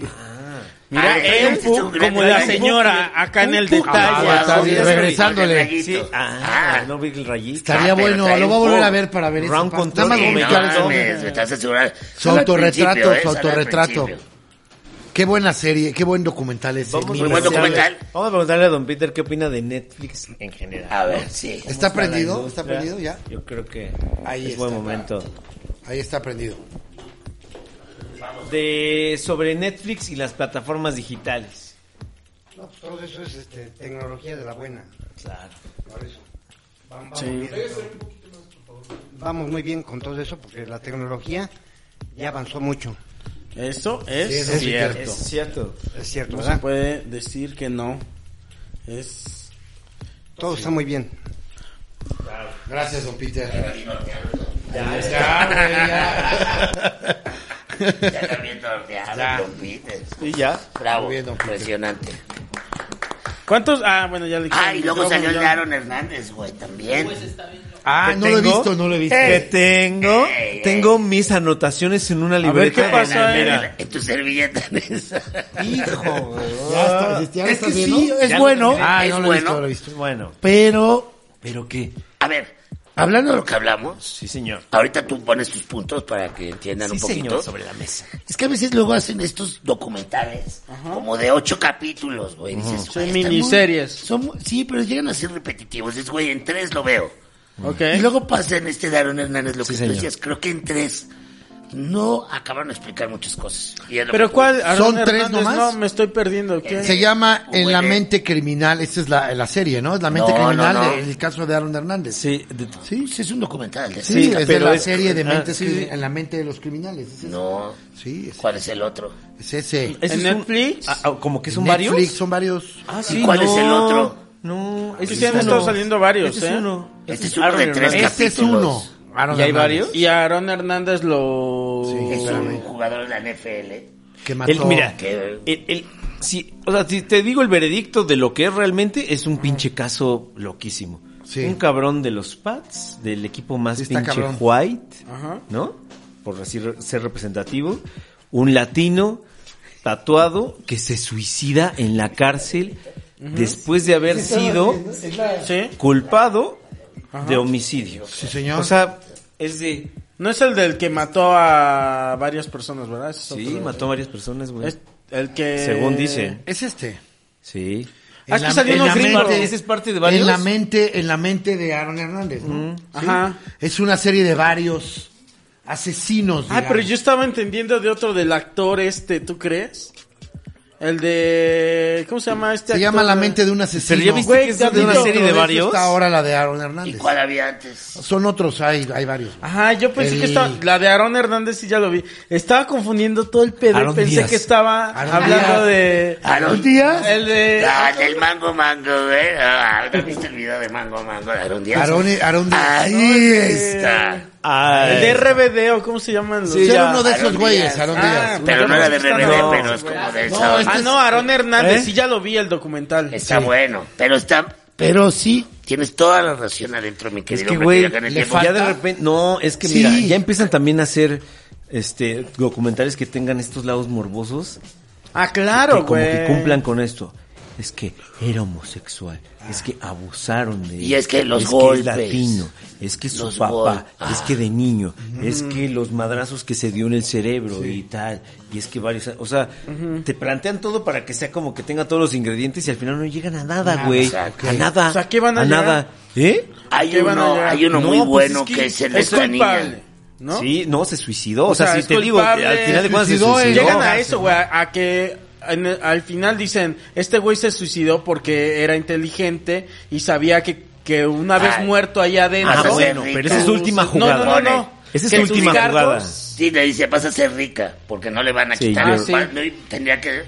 S3: mira,
S4: Ah,
S2: eh,
S3: era un
S4: este es un
S3: pug
S4: gran
S3: como la
S4: detalle.
S3: señora, acá en el
S1: pug
S3: detalle.
S1: tatuado. está
S4: con
S1: bien,
S4: el
S1: regresándole.
S4: rayito.
S2: Sí. Ah, no vi el rayito.
S1: Estaría
S4: Ah, pero
S1: bueno,
S4: trae
S1: lo
S4: un
S1: voy a volver
S4: pug.
S1: a ver para ver
S2: Round
S1: esa parte.
S2: control.
S1: Nada más
S4: Sí,
S1: voy a
S4: no
S1: ubicar eso.
S4: mames, me estás asegurando.
S1: Su
S4: Sale al
S1: autorretrato,
S4: principio, ¿eh?
S1: su
S4: Sale al
S1: autorretrato.
S4: principio.
S1: Qué buena serie, qué buen documental ese.
S2: Vamos a,
S1: Mil
S4: buen
S1: veces.
S2: preguntarle-
S4: documental.
S2: vamos a preguntarle a Don Peter qué opina de Netflix en general.
S4: A ver, sí.
S1: ¿Está
S2: ¿Cómo la
S1: prendido?
S2: industria?
S1: ¿Está prendido ya?
S2: Yo creo que
S1: Ahí
S2: es
S1: está.
S2: buen momento.
S1: Ahí está prendido.
S2: De sobre Netflix y las plataformas digitales.
S5: No, pues todo eso es este, tecnología de la buena.
S2: Claro.
S5: Por eso. Vamos, vamos bien, Vamos muy bien con todo eso porque la tecnología ya avanzó mucho.
S3: Eso es
S1: Sí, eso es
S3: cierto.
S1: cierto.
S2: Es cierto.
S5: Es cierto,
S3: No se
S5: ¿verdad?
S3: puede decir que no. Es...
S5: Todo está muy bien.
S1: Gracias, don Peter.
S4: Ya está bien torteado, Don Peter.
S2: Y ya.
S4: Bravo,
S1: Muy bien, don Peter.
S4: impresionante.
S3: ¿Cuántos? Ah, bueno, ya le
S4: Ah, y luego salió el
S3: ya.
S4: Aaron Hernández, güey, también.
S1: Ah,
S2: ¿Qué
S1: no lo he
S2: tengo?
S1: visto, no lo he visto.
S2: Que tengo,
S4: Ey,
S2: tengo mis anotaciones en una
S3: ver,
S2: libreta.
S3: ¿qué pasó
S2: Mira,
S3: ahí?
S2: mira.
S4: En tu servilleta. Esa.
S5: Hijo, güey.
S1: Ya está, ya
S2: Ah, Es
S1: está
S2: que
S1: bien, ¿no?
S2: sí, es
S4: Ya lo
S2: bueno.
S4: terminé.
S1: Ah,
S4: es
S1: no lo he
S4: bueno.
S1: visto, no lo he visto.
S2: Bueno,
S1: Pero,
S2: pero qué.
S4: A ver, hablando de lo que hablamos,
S2: Sí, señor.
S4: ahorita tú pones tus puntos para que entiendan
S2: Sí,
S4: un poquito.
S2: señor, sobre la mesa.
S4: Es que a veces luego hacen estos documentales como de ocho capítulos, güey. Dices,
S3: Son
S4: "Güey, están
S3: miniseries.
S4: muy- son muy- sí, pero llegan a ser repetitivos. Es, güey, en tres lo veo.
S2: Mm.
S3: Ok.
S4: Y luego pasa en este Darón Hernández lo
S2: Sí,
S4: que tú
S2: señor.
S4: decías. Creo que en tres no acabaron de explicar muchas cosas. Y es lo
S3: ¿Pero
S4: que-
S3: cuál? Aaron
S1: tres
S3: Hernández?
S1: nomás?
S3: No, me estoy perdiendo. ¿Qué?
S1: se llama En la
S4: Güey.
S1: mente criminal. Esta es la, la serie, ¿no? Es la mente
S4: No,
S1: criminal
S4: no, no.
S1: del caso de Aaron Hernández.
S2: Sí, de-
S1: Sí,
S4: Sí, es un documental. de-
S1: sí,
S2: Sí,
S1: es de
S2: pero
S1: la
S2: es-
S1: serie de
S2: ah,
S1: mentes
S2: sí,
S1: crimi-
S2: sí.
S1: en la mente de los criminales. Es ese.
S4: No.
S1: Sí, es,
S4: ¿Cuál es el otro?
S1: es ese.
S2: ese
S3: ¿En
S2: es un-
S3: Netflix?
S2: Ah, ah, como que son
S1: Netflix,
S2: varios.
S1: Son varios.
S2: Ah,
S4: ¿Y cuál es el otro?
S2: No, ese
S3: Sí, sí, han estado saliendo varios,
S2: Este es
S3: ¿eh?
S2: uno.
S4: Este
S2: Este
S4: es uno
S2: Aaron
S4: de tres
S2: Hernández.
S1: Este es
S4: capítulos.
S1: uno. Aaron
S2: Ah, ¿Y hay
S1: Hernández,
S2: varios?
S3: Y Aaron Hernández lo...
S1: Sí.
S4: Es
S1: espérame.
S4: un jugador de la NFL.
S1: Que mató.
S2: El, mira,
S4: Que-
S2: el- el- si, o sea, si te digo el veredicto de lo que es realmente, es un pinche caso loquísimo.
S1: Sí.
S2: Un cabrón de los Pats, del equipo más
S1: Sí, está
S2: pinche
S1: cabrón.
S2: white,
S3: Ajá.
S2: ¿no? Por así re- ser representativo. Un latino tatuado que se suicida en la cárcel después de haber sido
S3: ¿Sí?
S2: culpado de homicidio.
S1: Sí, señor.
S2: O sea, es de...
S3: No es el del que mató a varias personas, ¿verdad? Ese es
S2: Sí,
S3: otro.
S2: mató a varias personas, güey.
S3: Es el que...
S2: Según dicen.
S1: Es este.
S2: Sí.
S3: Ah,
S1: En
S3: es que
S1: la-
S3: salió
S1: en
S3: uno
S1: la
S3: gringo.
S1: mente-
S2: Ese es parte de varios.
S1: En la mente, en la mente de Aaron Hernández, ¿no? Sí.
S3: Ajá.
S1: Es una serie de varios asesinos.
S3: Ah,
S1: digamos.
S3: pero yo estaba entendiendo de otro del actor este, ¿tú crees? El de. ¿Cómo se llama este?
S1: Se llama La mente de un asesino.
S2: Pero ya viste
S3: Güey,
S2: que es de una
S3: Diablito,
S2: serie de
S3: dentro de
S2: varios.
S1: Está ahora la de Aaron Hernández.
S4: ¿Y cuál había antes?
S1: Son otros, hay, hay varios.
S3: Ajá, yo pensé
S1: El-
S3: que estaba. La de Aaron Hernández, sí, ya lo vi. Estaba confundiendo todo el pedo. y
S2: Aarón
S3: pensé
S2: Díaz.
S3: que estaba
S1: Aarón
S3: hablando
S1: Díaz.
S3: de.
S4: ¿A los
S1: Díaz?
S3: El de.
S4: Ah, del mango mango, ¿eh? Ah, ¿No viste el video de mango mango de Aarón Díaz?
S1: Aaron, Aaron Díaz.
S4: Ahí está.
S2: Ay.
S3: El de RBD o cómo se llaman los.
S1: Sí,
S2: ya.
S1: era uno de esos
S4: Aarón
S1: güeyes,
S4: Díaz.
S1: Aaron
S3: Ah,
S1: Díaz.
S4: Pero no era de RBD,
S2: No.
S4: pero es como de esa.
S1: No,
S4: onda.
S3: Ah, no, Aarón Hernández,
S2: ¿Eh?
S3: sí, ya lo vi el documental.
S4: Está bueno, pero está... Pero sí, tienes toda la razón adentro, mi
S2: Es
S4: querido.
S2: que,
S4: hombre,
S2: güey,
S4: ya gané
S2: le
S4: tiempo.
S2: ya de repente... No, es que
S1: Sí.
S2: mira, ya empiezan también a hacer este documentales que tengan estos lados morbosos.
S3: Ah, claro,
S2: que como
S3: güey.
S2: que cumplan con esto. Es que era homosexual, es que abusaron de él.
S4: Y es que los
S2: es
S4: golpes.
S2: Que es latino, es que su
S4: Los gol-
S2: papá,
S4: Ah.
S2: es que de niño, es que los madrazos que se dio en el cerebro y tal. Y es que varios, o sea, te plantean todo para que sea como que tenga todos los ingredientes y al final no llegan a nada, güey.
S4: exacto.
S2: A nada.
S3: O sea, ¿qué van a llegar?
S2: nada. ¿Eh?
S4: Hay
S3: ¿Qué van
S4: uno,
S3: allá?
S4: hay uno
S2: No,
S4: muy
S2: pues
S4: bueno
S2: es que
S4: que, es el de
S3: es
S4: esta niña.
S3: culpable, ¿no?
S2: Sí, no, se suicidó.
S3: O
S2: O sea,
S3: sea,
S2: si
S3: es
S2: te digo,
S3: culpable,
S2: al final de cuentas se
S1: suicidó,
S2: suicidó. Ah,
S1: ¿eh?
S3: Llegan a
S1: Drogas,
S3: eso, güey, a a que en el- al final dicen, este güey se suicidó porque era inteligente y sabía que, que una vez
S4: Ay.
S3: muerto allá adentro...
S2: Ah,
S4: Vas a
S2: bueno,
S4: ser
S2: pero
S4: rico.
S2: esa es su última
S3: No,
S2: jugada.
S3: No, no, no.
S2: Esa es
S3: Que
S2: su
S3: tus
S2: última
S3: cargos-
S2: jugada.
S4: Sí, le dice, vas a ser rica, porque no le van a
S2: Sí,
S4: quitar.
S2: yo-
S4: el
S3: Ah, sí.
S4: pan. No, y Tendría que...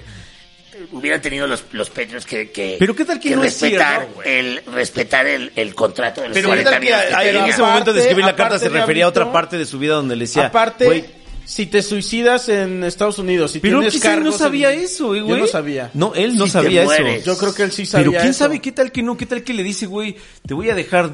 S4: Hubiera tenido los, los pechos que, que...
S2: Pero ¿qué tal que no es
S4: respetar
S2: cierto, güey?
S4: el Respetar el, el contrato de los
S2: Pero
S4: 40
S2: ahorita que,
S4: millones que
S2: ahí en
S4: tenía.
S2: ese momento de escribir la carta
S3: aparte
S2: se
S3: de
S2: refería a otra
S3: Abrito,
S2: parte de su vida donde le decía,
S3: Aparte,
S2: güey,
S3: si te suicidas en Estados Unidos, si
S2: pero
S3: tienes
S2: quizás no
S3: cargos
S2: sabía
S3: en-
S2: eso, güey.
S3: Yo no sabía.
S2: No, él no
S4: Si te
S2: sabía
S4: mueres.
S2: eso.
S3: Yo creo que él sí sabía
S2: Pero quién
S3: eso.
S2: sabe qué tal que no, qué tal que le dice, güey, te voy a dejar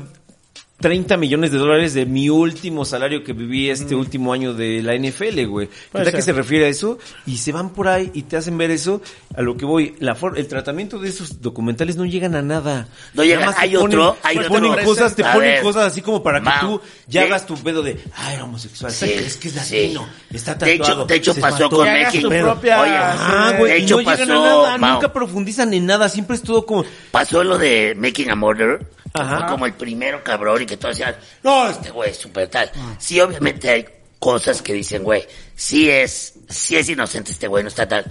S2: 30 millones de dólares de mi último salario que viví este último año de la NFL, güey. ¿Qué
S3: Mm. Puede
S2: tal que se
S3: ser.
S2: refiere a eso? Y se van por ahí y te hacen ver eso. A lo que voy, la for- el tratamiento de esos documentales no llegan a nada.
S4: No llegan,
S2: Nada más te
S4: hay otro,
S2: te
S4: hay otro.
S2: ponen cosas, te
S4: A
S2: ponen
S4: ver,
S2: cosas así como para que
S4: Mau,
S2: tú ya
S4: de-
S2: hagas tu pedo de, ah, era homosexual,
S4: Sí,
S2: es que es
S4: sí.
S2: latino, está
S4: De hecho-
S2: tatuado.
S4: de hecho
S2: se
S4: pasó
S2: espantó".
S4: con
S3: Que hagas tu
S4: México.
S3: propia...
S4: Oye,
S2: Ah,
S4: Sí.
S2: güey,
S4: De
S2: y
S4: hecho,
S2: no llegan
S4: pasó,
S2: a nada,
S4: Mau.
S2: nunca profundizan en nada, siempre es todo como...
S4: Pasó lo de Making a Murder, que
S2: Ajá.
S4: fue como el primero cabrón y que todos decían, no, este güey es súper tal.
S2: Mm.
S4: Sí, obviamente hay cosas que dicen, güey, sí es, sí es inocente este güey, no está tal.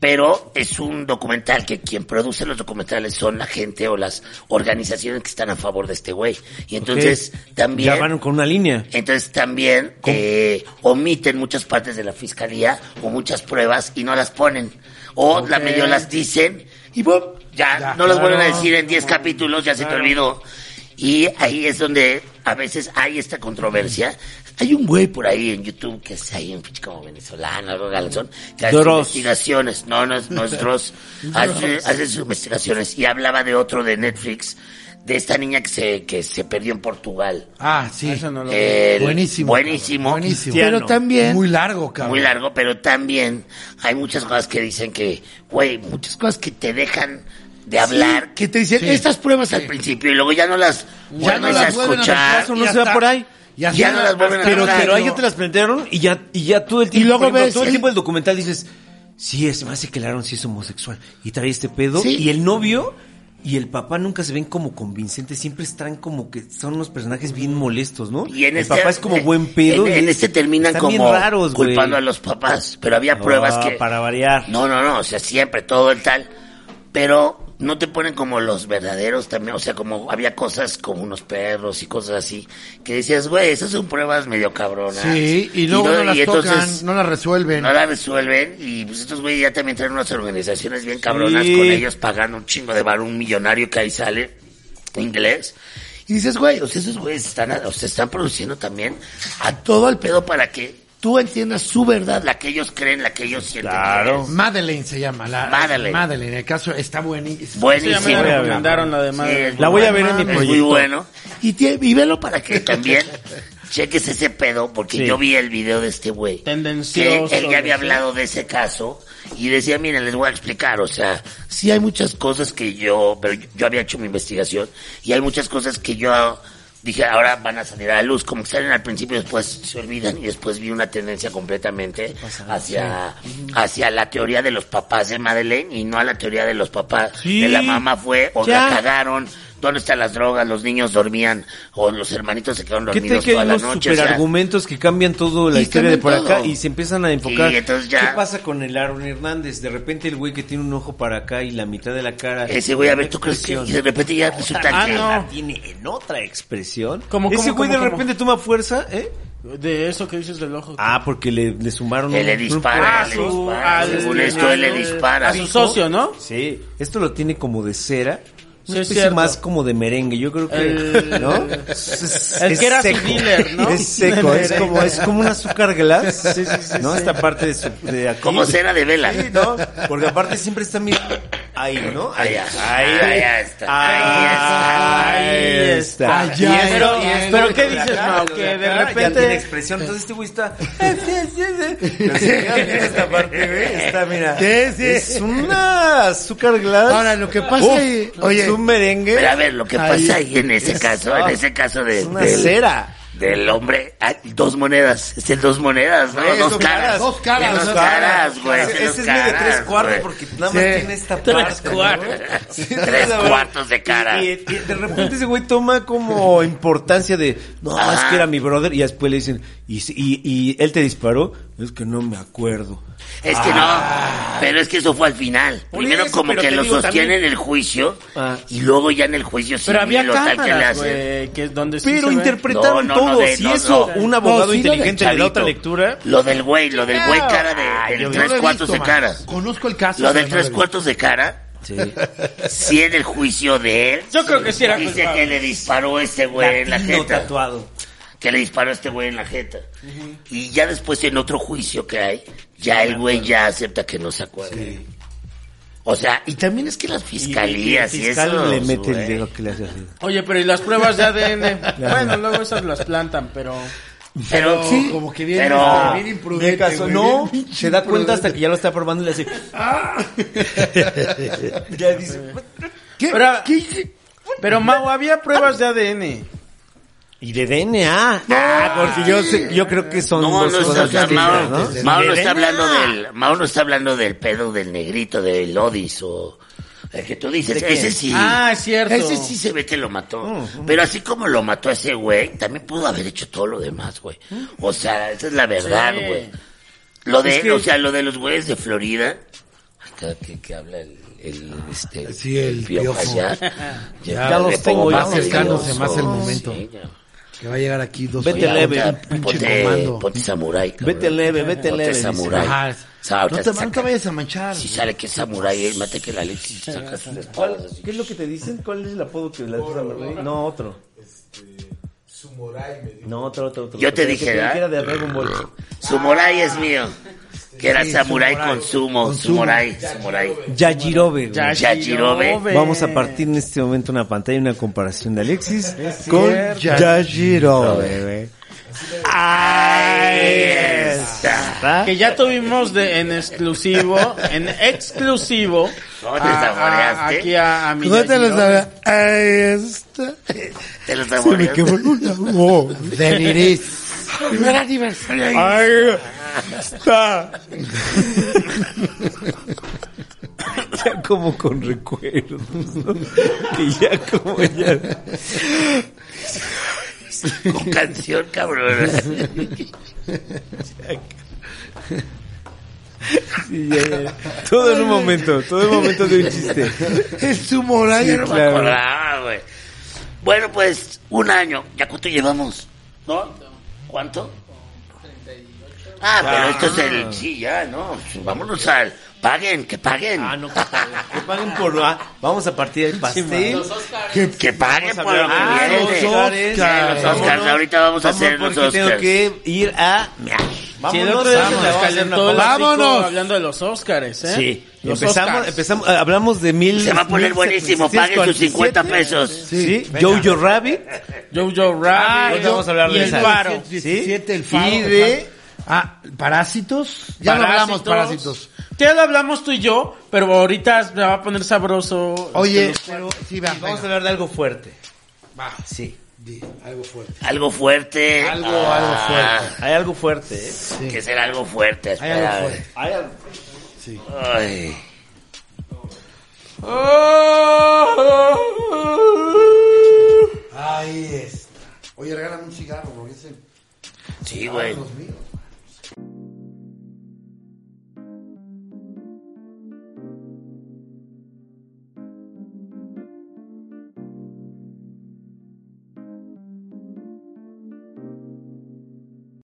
S4: Pero es un documental que quien produce los documentales son la gente o las organizaciones que están a favor de este güey. Y entonces también...
S2: Ya van con una línea.
S4: Entonces también eh, omiten muchas partes de la fiscalía o muchas pruebas y no las ponen. O la medio las dicen y ¡pum! ya, no las vuelven a decir en 10 capítulos, ya se te olvidó. Y ahí es donde a veces hay esta controversia. Hay un güey por ahí en YouTube que es ahí un pinche como venezolano, algo galanzón, que hace
S2: Dross.
S4: investigaciones. No, no es, no es Dross. Hace, hace sus investigaciones y hablaba de otro de Netflix, de esta niña que se, que se perdió en Portugal.
S1: Ah, sí.
S3: Eso no lo-
S4: El-
S1: Buenísimo.
S4: Buenísimo.
S1: Buenísimo.
S2: Pero
S1: también. Muy largo, cabrón.
S4: Muy largo, pero también hay muchas cosas que dicen que, güey, muchas cosas que te dejan de hablar, que te dicen
S1: Sí.
S4: estas pruebas al principio y luego ya no las
S1: Ya no
S4: vuelves
S1: las
S4: a
S1: vuelven a
S4: escuchar.
S2: Eso no
S1: Ya
S2: se va
S1: está.
S2: por ahí.
S1: Ya
S4: Ya
S1: está.
S4: no las vuelven a
S2: Pero,
S4: hablar.
S2: pero ahí ya te las plantearon y ya, y ya todo el tiempo,
S1: luego
S2: por ejemplo,
S1: ves-
S2: todo el tiempo del documental dices, sí, es más que el Aaron sí es homosexual y trae este pedo
S4: Sí.
S2: y el novio y el papá nunca se ven como convincentes, siempre están como que son unos personajes bien molestos, ¿no?
S4: Y en
S2: el
S4: este,
S2: papá es como buen pedo.
S4: En,
S2: y
S4: en este terminan
S2: están bien
S4: como
S2: raros, güey.
S4: culpando a los papás, pero había
S2: Ah,
S4: pruebas que...
S2: Para variar.
S4: No, no, no, o sea, siempre todo el tal, pero no te ponen como los verdaderos también, o sea, como había cosas como unos perros y cosas así, que decías, güey, esas son pruebas medio cabronas.
S1: Sí, y luego no, las
S4: y
S1: tocan,
S4: entonces
S1: no las resuelven.
S4: no la resuelven y pues estos güeyes ya también traen unas organizaciones bien cabronas con ellos pagando un chingo de bar, un millonario que ahí sale, inglés. Y dices, güey, o sea, esos güeyes están, o sea, están produciendo también a todo el pedo para que tú entiendas su verdad, la que ellos creen, la que ellos sienten. que
S2: Claro.
S1: Madeleine se llama. La,
S4: Madeleine.
S1: Madeleine, el caso está buenísimo.
S4: es.
S3: Sí, ya me
S4: Buenísimo.
S3: la
S2: voy a ver.
S3: recomendaron la de
S4: Sí,
S3: madre.
S4: es
S2: La
S4: muy
S2: voy a
S4: bueno.
S2: ver en mi
S4: Es muy
S2: proyecto.
S4: bueno. Y, tie- y velo para que también cheques ese pedo, porque
S2: Sí.
S4: yo vi el video de este güey.
S3: Tendencioso,
S4: Que él ya había
S3: ¿sí?
S4: hablado de ese caso y decía, miren, les voy a explicar, o sea, sí hay muchas cosas que yo, pero yo- yo había hecho mi investigación y hay muchas cosas que yo dije, ahora van a salir a la luz, como que salen al principio, después se olvidan y después vi una tendencia completamente hacia, hacia la teoría de los papás de Madeleine y no a la teoría de los papás
S2: Sí.
S4: de la mamá fue o
S2: Ya.
S4: la cagaron. ¿Dónde están las drogas? Los niños dormían o los hermanitos se quedaron
S2: ¿Qué tal
S4: dormidos
S2: que hay
S4: toda la
S2: unos
S4: noche. O sea,
S2: superargumentos que cambian todo la
S4: Y
S2: historia de por
S4: cambian
S2: acá
S4: todo.
S2: y se empiezan a enfocar?
S4: Y entonces ya-
S2: ¿Qué pasa con el Aaron Hernández? De repente el güey que tiene un ojo para acá y la mitad de la cara.
S4: ese güey, a ver, tú crees que y de repente ya resulta
S3: Ah,
S4: que
S3: no.
S2: La tiene en otra expresión.
S3: ¿Cómo, cómo,
S2: ese güey
S3: cómo,
S2: de
S3: cómo?
S2: repente toma fuerza, ¿eh?
S3: De eso que dices del ojo.
S2: Ah, porque le, le sumaron
S4: Él le dispara,
S3: Ah,
S4: le
S3: su-
S4: dispara.
S3: al-
S4: Según esto, él le
S3: al-
S4: dispara.
S3: A su socio, ¿no?
S2: Sí, esto lo tiene como de cera. Una
S3: Sí, es
S2: especie
S3: cierto.
S2: más como de merengue, yo creo que,
S3: El-
S2: ¿no?
S3: el
S2: Es- es-
S3: que
S2: es
S3: era su dealer, ¿no?
S2: Es seco, es como, es como un azúcar glass, ¿no? Esta parte de, su, de aquí.
S4: Como cera de vela.
S2: Sí, ¿no? Porque aparte siempre está mirando ahí, ¿no?
S4: Ahí, ahí, ahí está.
S2: Ahí
S4: Ahí
S2: está.
S3: Ahí está.
S2: Y esto-
S3: Pero-
S2: y esto-
S3: pero ¿qué dices, Mau? Que de
S2: Ya
S3: repente-
S2: tiene expresión, entonces este güey está... Pero si mira, mira esta parte, güey, está, mira.
S1: Sí, sí.
S2: Es una azúcar glass.
S1: Ahora, lo que pasa es- oye.
S2: es un merengue.
S4: Pero a ver, lo que pasa ahí en ese caso, en ese caso de,
S2: es una
S4: del-
S2: cera.
S4: del hombre, ah, dos monedas, es el dos monedas, ¿no?
S1: Eso,
S4: dos caras.
S1: dos caras,
S4: Dos
S1: dos Ah,
S4: caras,
S1: caras,
S4: güey.
S2: Ese
S4: dos
S2: ese es medio de tres
S4: caras,
S2: cuartos
S4: güey.
S2: porque nada más
S1: Sí.
S2: tiene esta
S3: Tres
S2: parte, ¿no?
S3: cuartos.
S2: Sí,
S4: Tres
S2: la verdad.
S4: cuartos de cara.
S2: Y, y- y de repente ese güey toma como importancia de, no, es que era mi brother. Y después le dicen, y, si- y, y él te disparó. Es que no me acuerdo.
S4: Es que no, pero es que eso fue al final.
S3: Por
S4: Primero
S3: eso,
S4: como
S3: pero
S4: que
S3: te
S4: lo
S3: digo,
S4: sostiene
S3: también-
S4: en el juicio
S2: Ah.
S4: y luego ya en el juicio sí
S3: Pero había
S4: lo tal que le
S3: cámaras,
S4: hace.
S3: güey, que es donde sí
S2: Pero
S3: se ve.
S2: interpretaron
S4: No, no, no,
S2: todo.
S4: de-
S2: si
S4: no,
S2: eso
S4: no.
S2: un
S1: No,
S2: abogado
S1: sí, lo de
S2: inteligente le da otra
S4: Chavito.
S2: lectura. Ah,
S4: Lo del güey, lo del güey cara de del
S1: Yo
S4: tres
S1: lo he
S4: cuartos
S1: visto,
S4: de
S1: man.
S4: cara.
S1: Conozco el caso.
S4: Lo
S1: pero
S4: del
S1: no
S4: tres
S1: he visto.
S4: cuartos de cara, sí en el juicio de él.
S3: Yo creo que sí era
S4: Dice
S3: culpable.
S4: que le disparó este güey en la
S2: Latino
S4: jeta.
S2: tatuado.
S4: que le disparó a este güey en la jeta. Y ya después en otro juicio que hay, ya el güey ya acepta que no se acuerda. O sea, y también es que las fiscalías y,
S2: el fiscal
S4: eso.
S2: le mete
S4: güey.
S2: el dedo que le hace así.
S3: Oye, pero ¿y las pruebas de ADN? bueno, luego esas las plantan, pero...
S4: Pero,
S1: Sí, como que bien,
S4: pero,
S1: bien imprudente. güey,
S2: Ah, no,
S1: bien pinche
S2: se da cuenta hasta
S1: imprudente.
S2: que ya lo está probando y le hace. ya dice.
S1: ¿Qué?
S3: Pero,
S1: ¿Qué hice?
S3: pero Mau, había pruebas de ADN.
S2: Y de DNA. Ah, porque yo, sé- yo creo que son
S4: no,
S2: dos
S4: no está,
S2: cosas
S4: o sea,
S2: distintas,
S4: Mao,
S2: ¿no?
S4: Mao no
S2: De
S4: está
S2: DNA.
S4: hablando del, Mao no está hablando del pedo del negrito, del Odis o el que tú dices,
S2: ¿De quién?
S4: ese sí.
S3: Ah, es cierto.
S4: Ese sí se ve que lo mató. Pero así como lo mató a ese güey, también pudo haber hecho todo lo demás, güey. O sea, esa es la verdad,
S3: Sí.
S4: güey. Lo de,
S2: Es que-
S4: o sea, lo de los güeyes de Florida. Acá que, que habla el, el, este,
S1: Sí, el
S4: piojo
S1: piojo.
S4: allá.
S2: Ya los
S4: le
S2: tengo,
S4: pongo
S2: ya
S4: este más
S2: los
S1: tengo.
S4: nervioso.
S1: más el momento.
S4: Sí, ya.
S1: Que va a llegar aquí dos
S2: Vete
S4: Oye,
S2: leve,
S4: ahorita,
S1: un pinche
S4: ponte-
S1: comando.
S4: Ponte samurai. cabrón.
S2: Vete leve, vete
S4: Ponte
S2: leve, dice.
S4: Samurai.
S1: Ajá.
S4: O sea, ahorita
S1: No te,
S4: saca-
S1: no te vayas a manchar.
S4: Si sale que es samurai, él mate que la leche y sacas sus espadas así.
S2: ¿Qué es lo que te dicen? ¿Cuál es el apodo que le haces a Marley? No, otro. Este, No, otro, otro, otro.
S4: Yo te
S2: Pero
S4: dije,
S2: que
S4: ¿verdad?
S2: Que era de Dragon Ball.
S4: Samurai es mío. Que era samurai con sumo.
S1: Con sumo.
S4: Samurai, samurai.
S2: Yajirobe. güey.
S4: Yajirobe.
S2: Vamos a partir en este momento una pantalla y una comparación de Alexis con
S1: Con
S2: Yajirobe, güey.
S4: Ahí está.
S2: ¿Está?
S3: Que ya tuvimos de, en exclusivo, en exclusivo,
S4: ¿Cómo te
S3: a- a-
S4: saboreaste?
S3: aquí a, a mi
S1: No te lo
S3: Yajirobe.
S1: sabía. Ahí está.
S4: Te lo
S1: Se me
S4: saboreaste.
S1: quebró una oh, De Niris. Primer aniversario. Ahí está.
S2: ya como con recuerdos, ¿no? Que ya como ya...
S4: Con canción, cabrón.
S2: sí, ya, ya. Todo en un momento, todo en un momento de un chiste.
S1: El sumo
S4: Yo
S1: rayo.
S4: no me
S2: claro.
S4: acordaba, güey. Bueno, pues, un año. ¿Ya cuánto llevamos? ¿No? ¿Cuánto? Ah, pero esto es el... Sí, ya, no. Vámonos al... Paguen, que paguen.
S1: Ah,
S2: Que paguen por... ah, vamos a partir del pastel.
S4: Que paguen por lo que
S2: Ah, los
S4: viene.
S2: Óscares.
S4: Sí, los Óscars. Ahorita vamos a hacer los
S2: porque
S4: Óscars.
S2: tengo que ir a...
S3: Sí, el otro día se
S2: vámonos.
S3: nos calentó el
S1: Vámonos.
S3: hocico hablando de los Óscares, ¿eh?
S2: Sí,
S3: los
S2: empezamos,
S3: Óscars.
S2: empezamos, ah, hablamos de mil...
S4: Se va a poner buenísimo. Paguen sus 50 pesos.
S2: Sí, Jojo Rabbit.
S3: Jojo
S2: Ah,
S3: Rabbit.
S2: ahorita vamos a hablar
S3: y
S2: de
S3: el
S2: esa.
S3: faro.
S2: Sí.
S1: 17, el faro.
S2: Y de...
S1: Ah, parásitos. Ya lo hablamos, parásitos.
S3: Ya lo hablamos tú y yo, pero ahorita se va a poner sabroso.
S1: Oye,
S3: Este,
S1: pero sí,
S2: y vamos a hablar de algo fuerte. Sí.
S1: algo fuerte.
S4: Algo fuerte.
S1: Algo,
S4: Ah,
S1: algo fuerte.
S2: Hay algo fuerte, ¿eh?
S4: Que será algo fuerte.
S1: Hay algo
S4: espera.
S1: fuerte.
S2: Hay algo...
S4: Ay.
S3: los-
S1: Ahí está. Oye, regalan un cigarro, porque ese...
S4: Sí, güey.
S1: Los míos.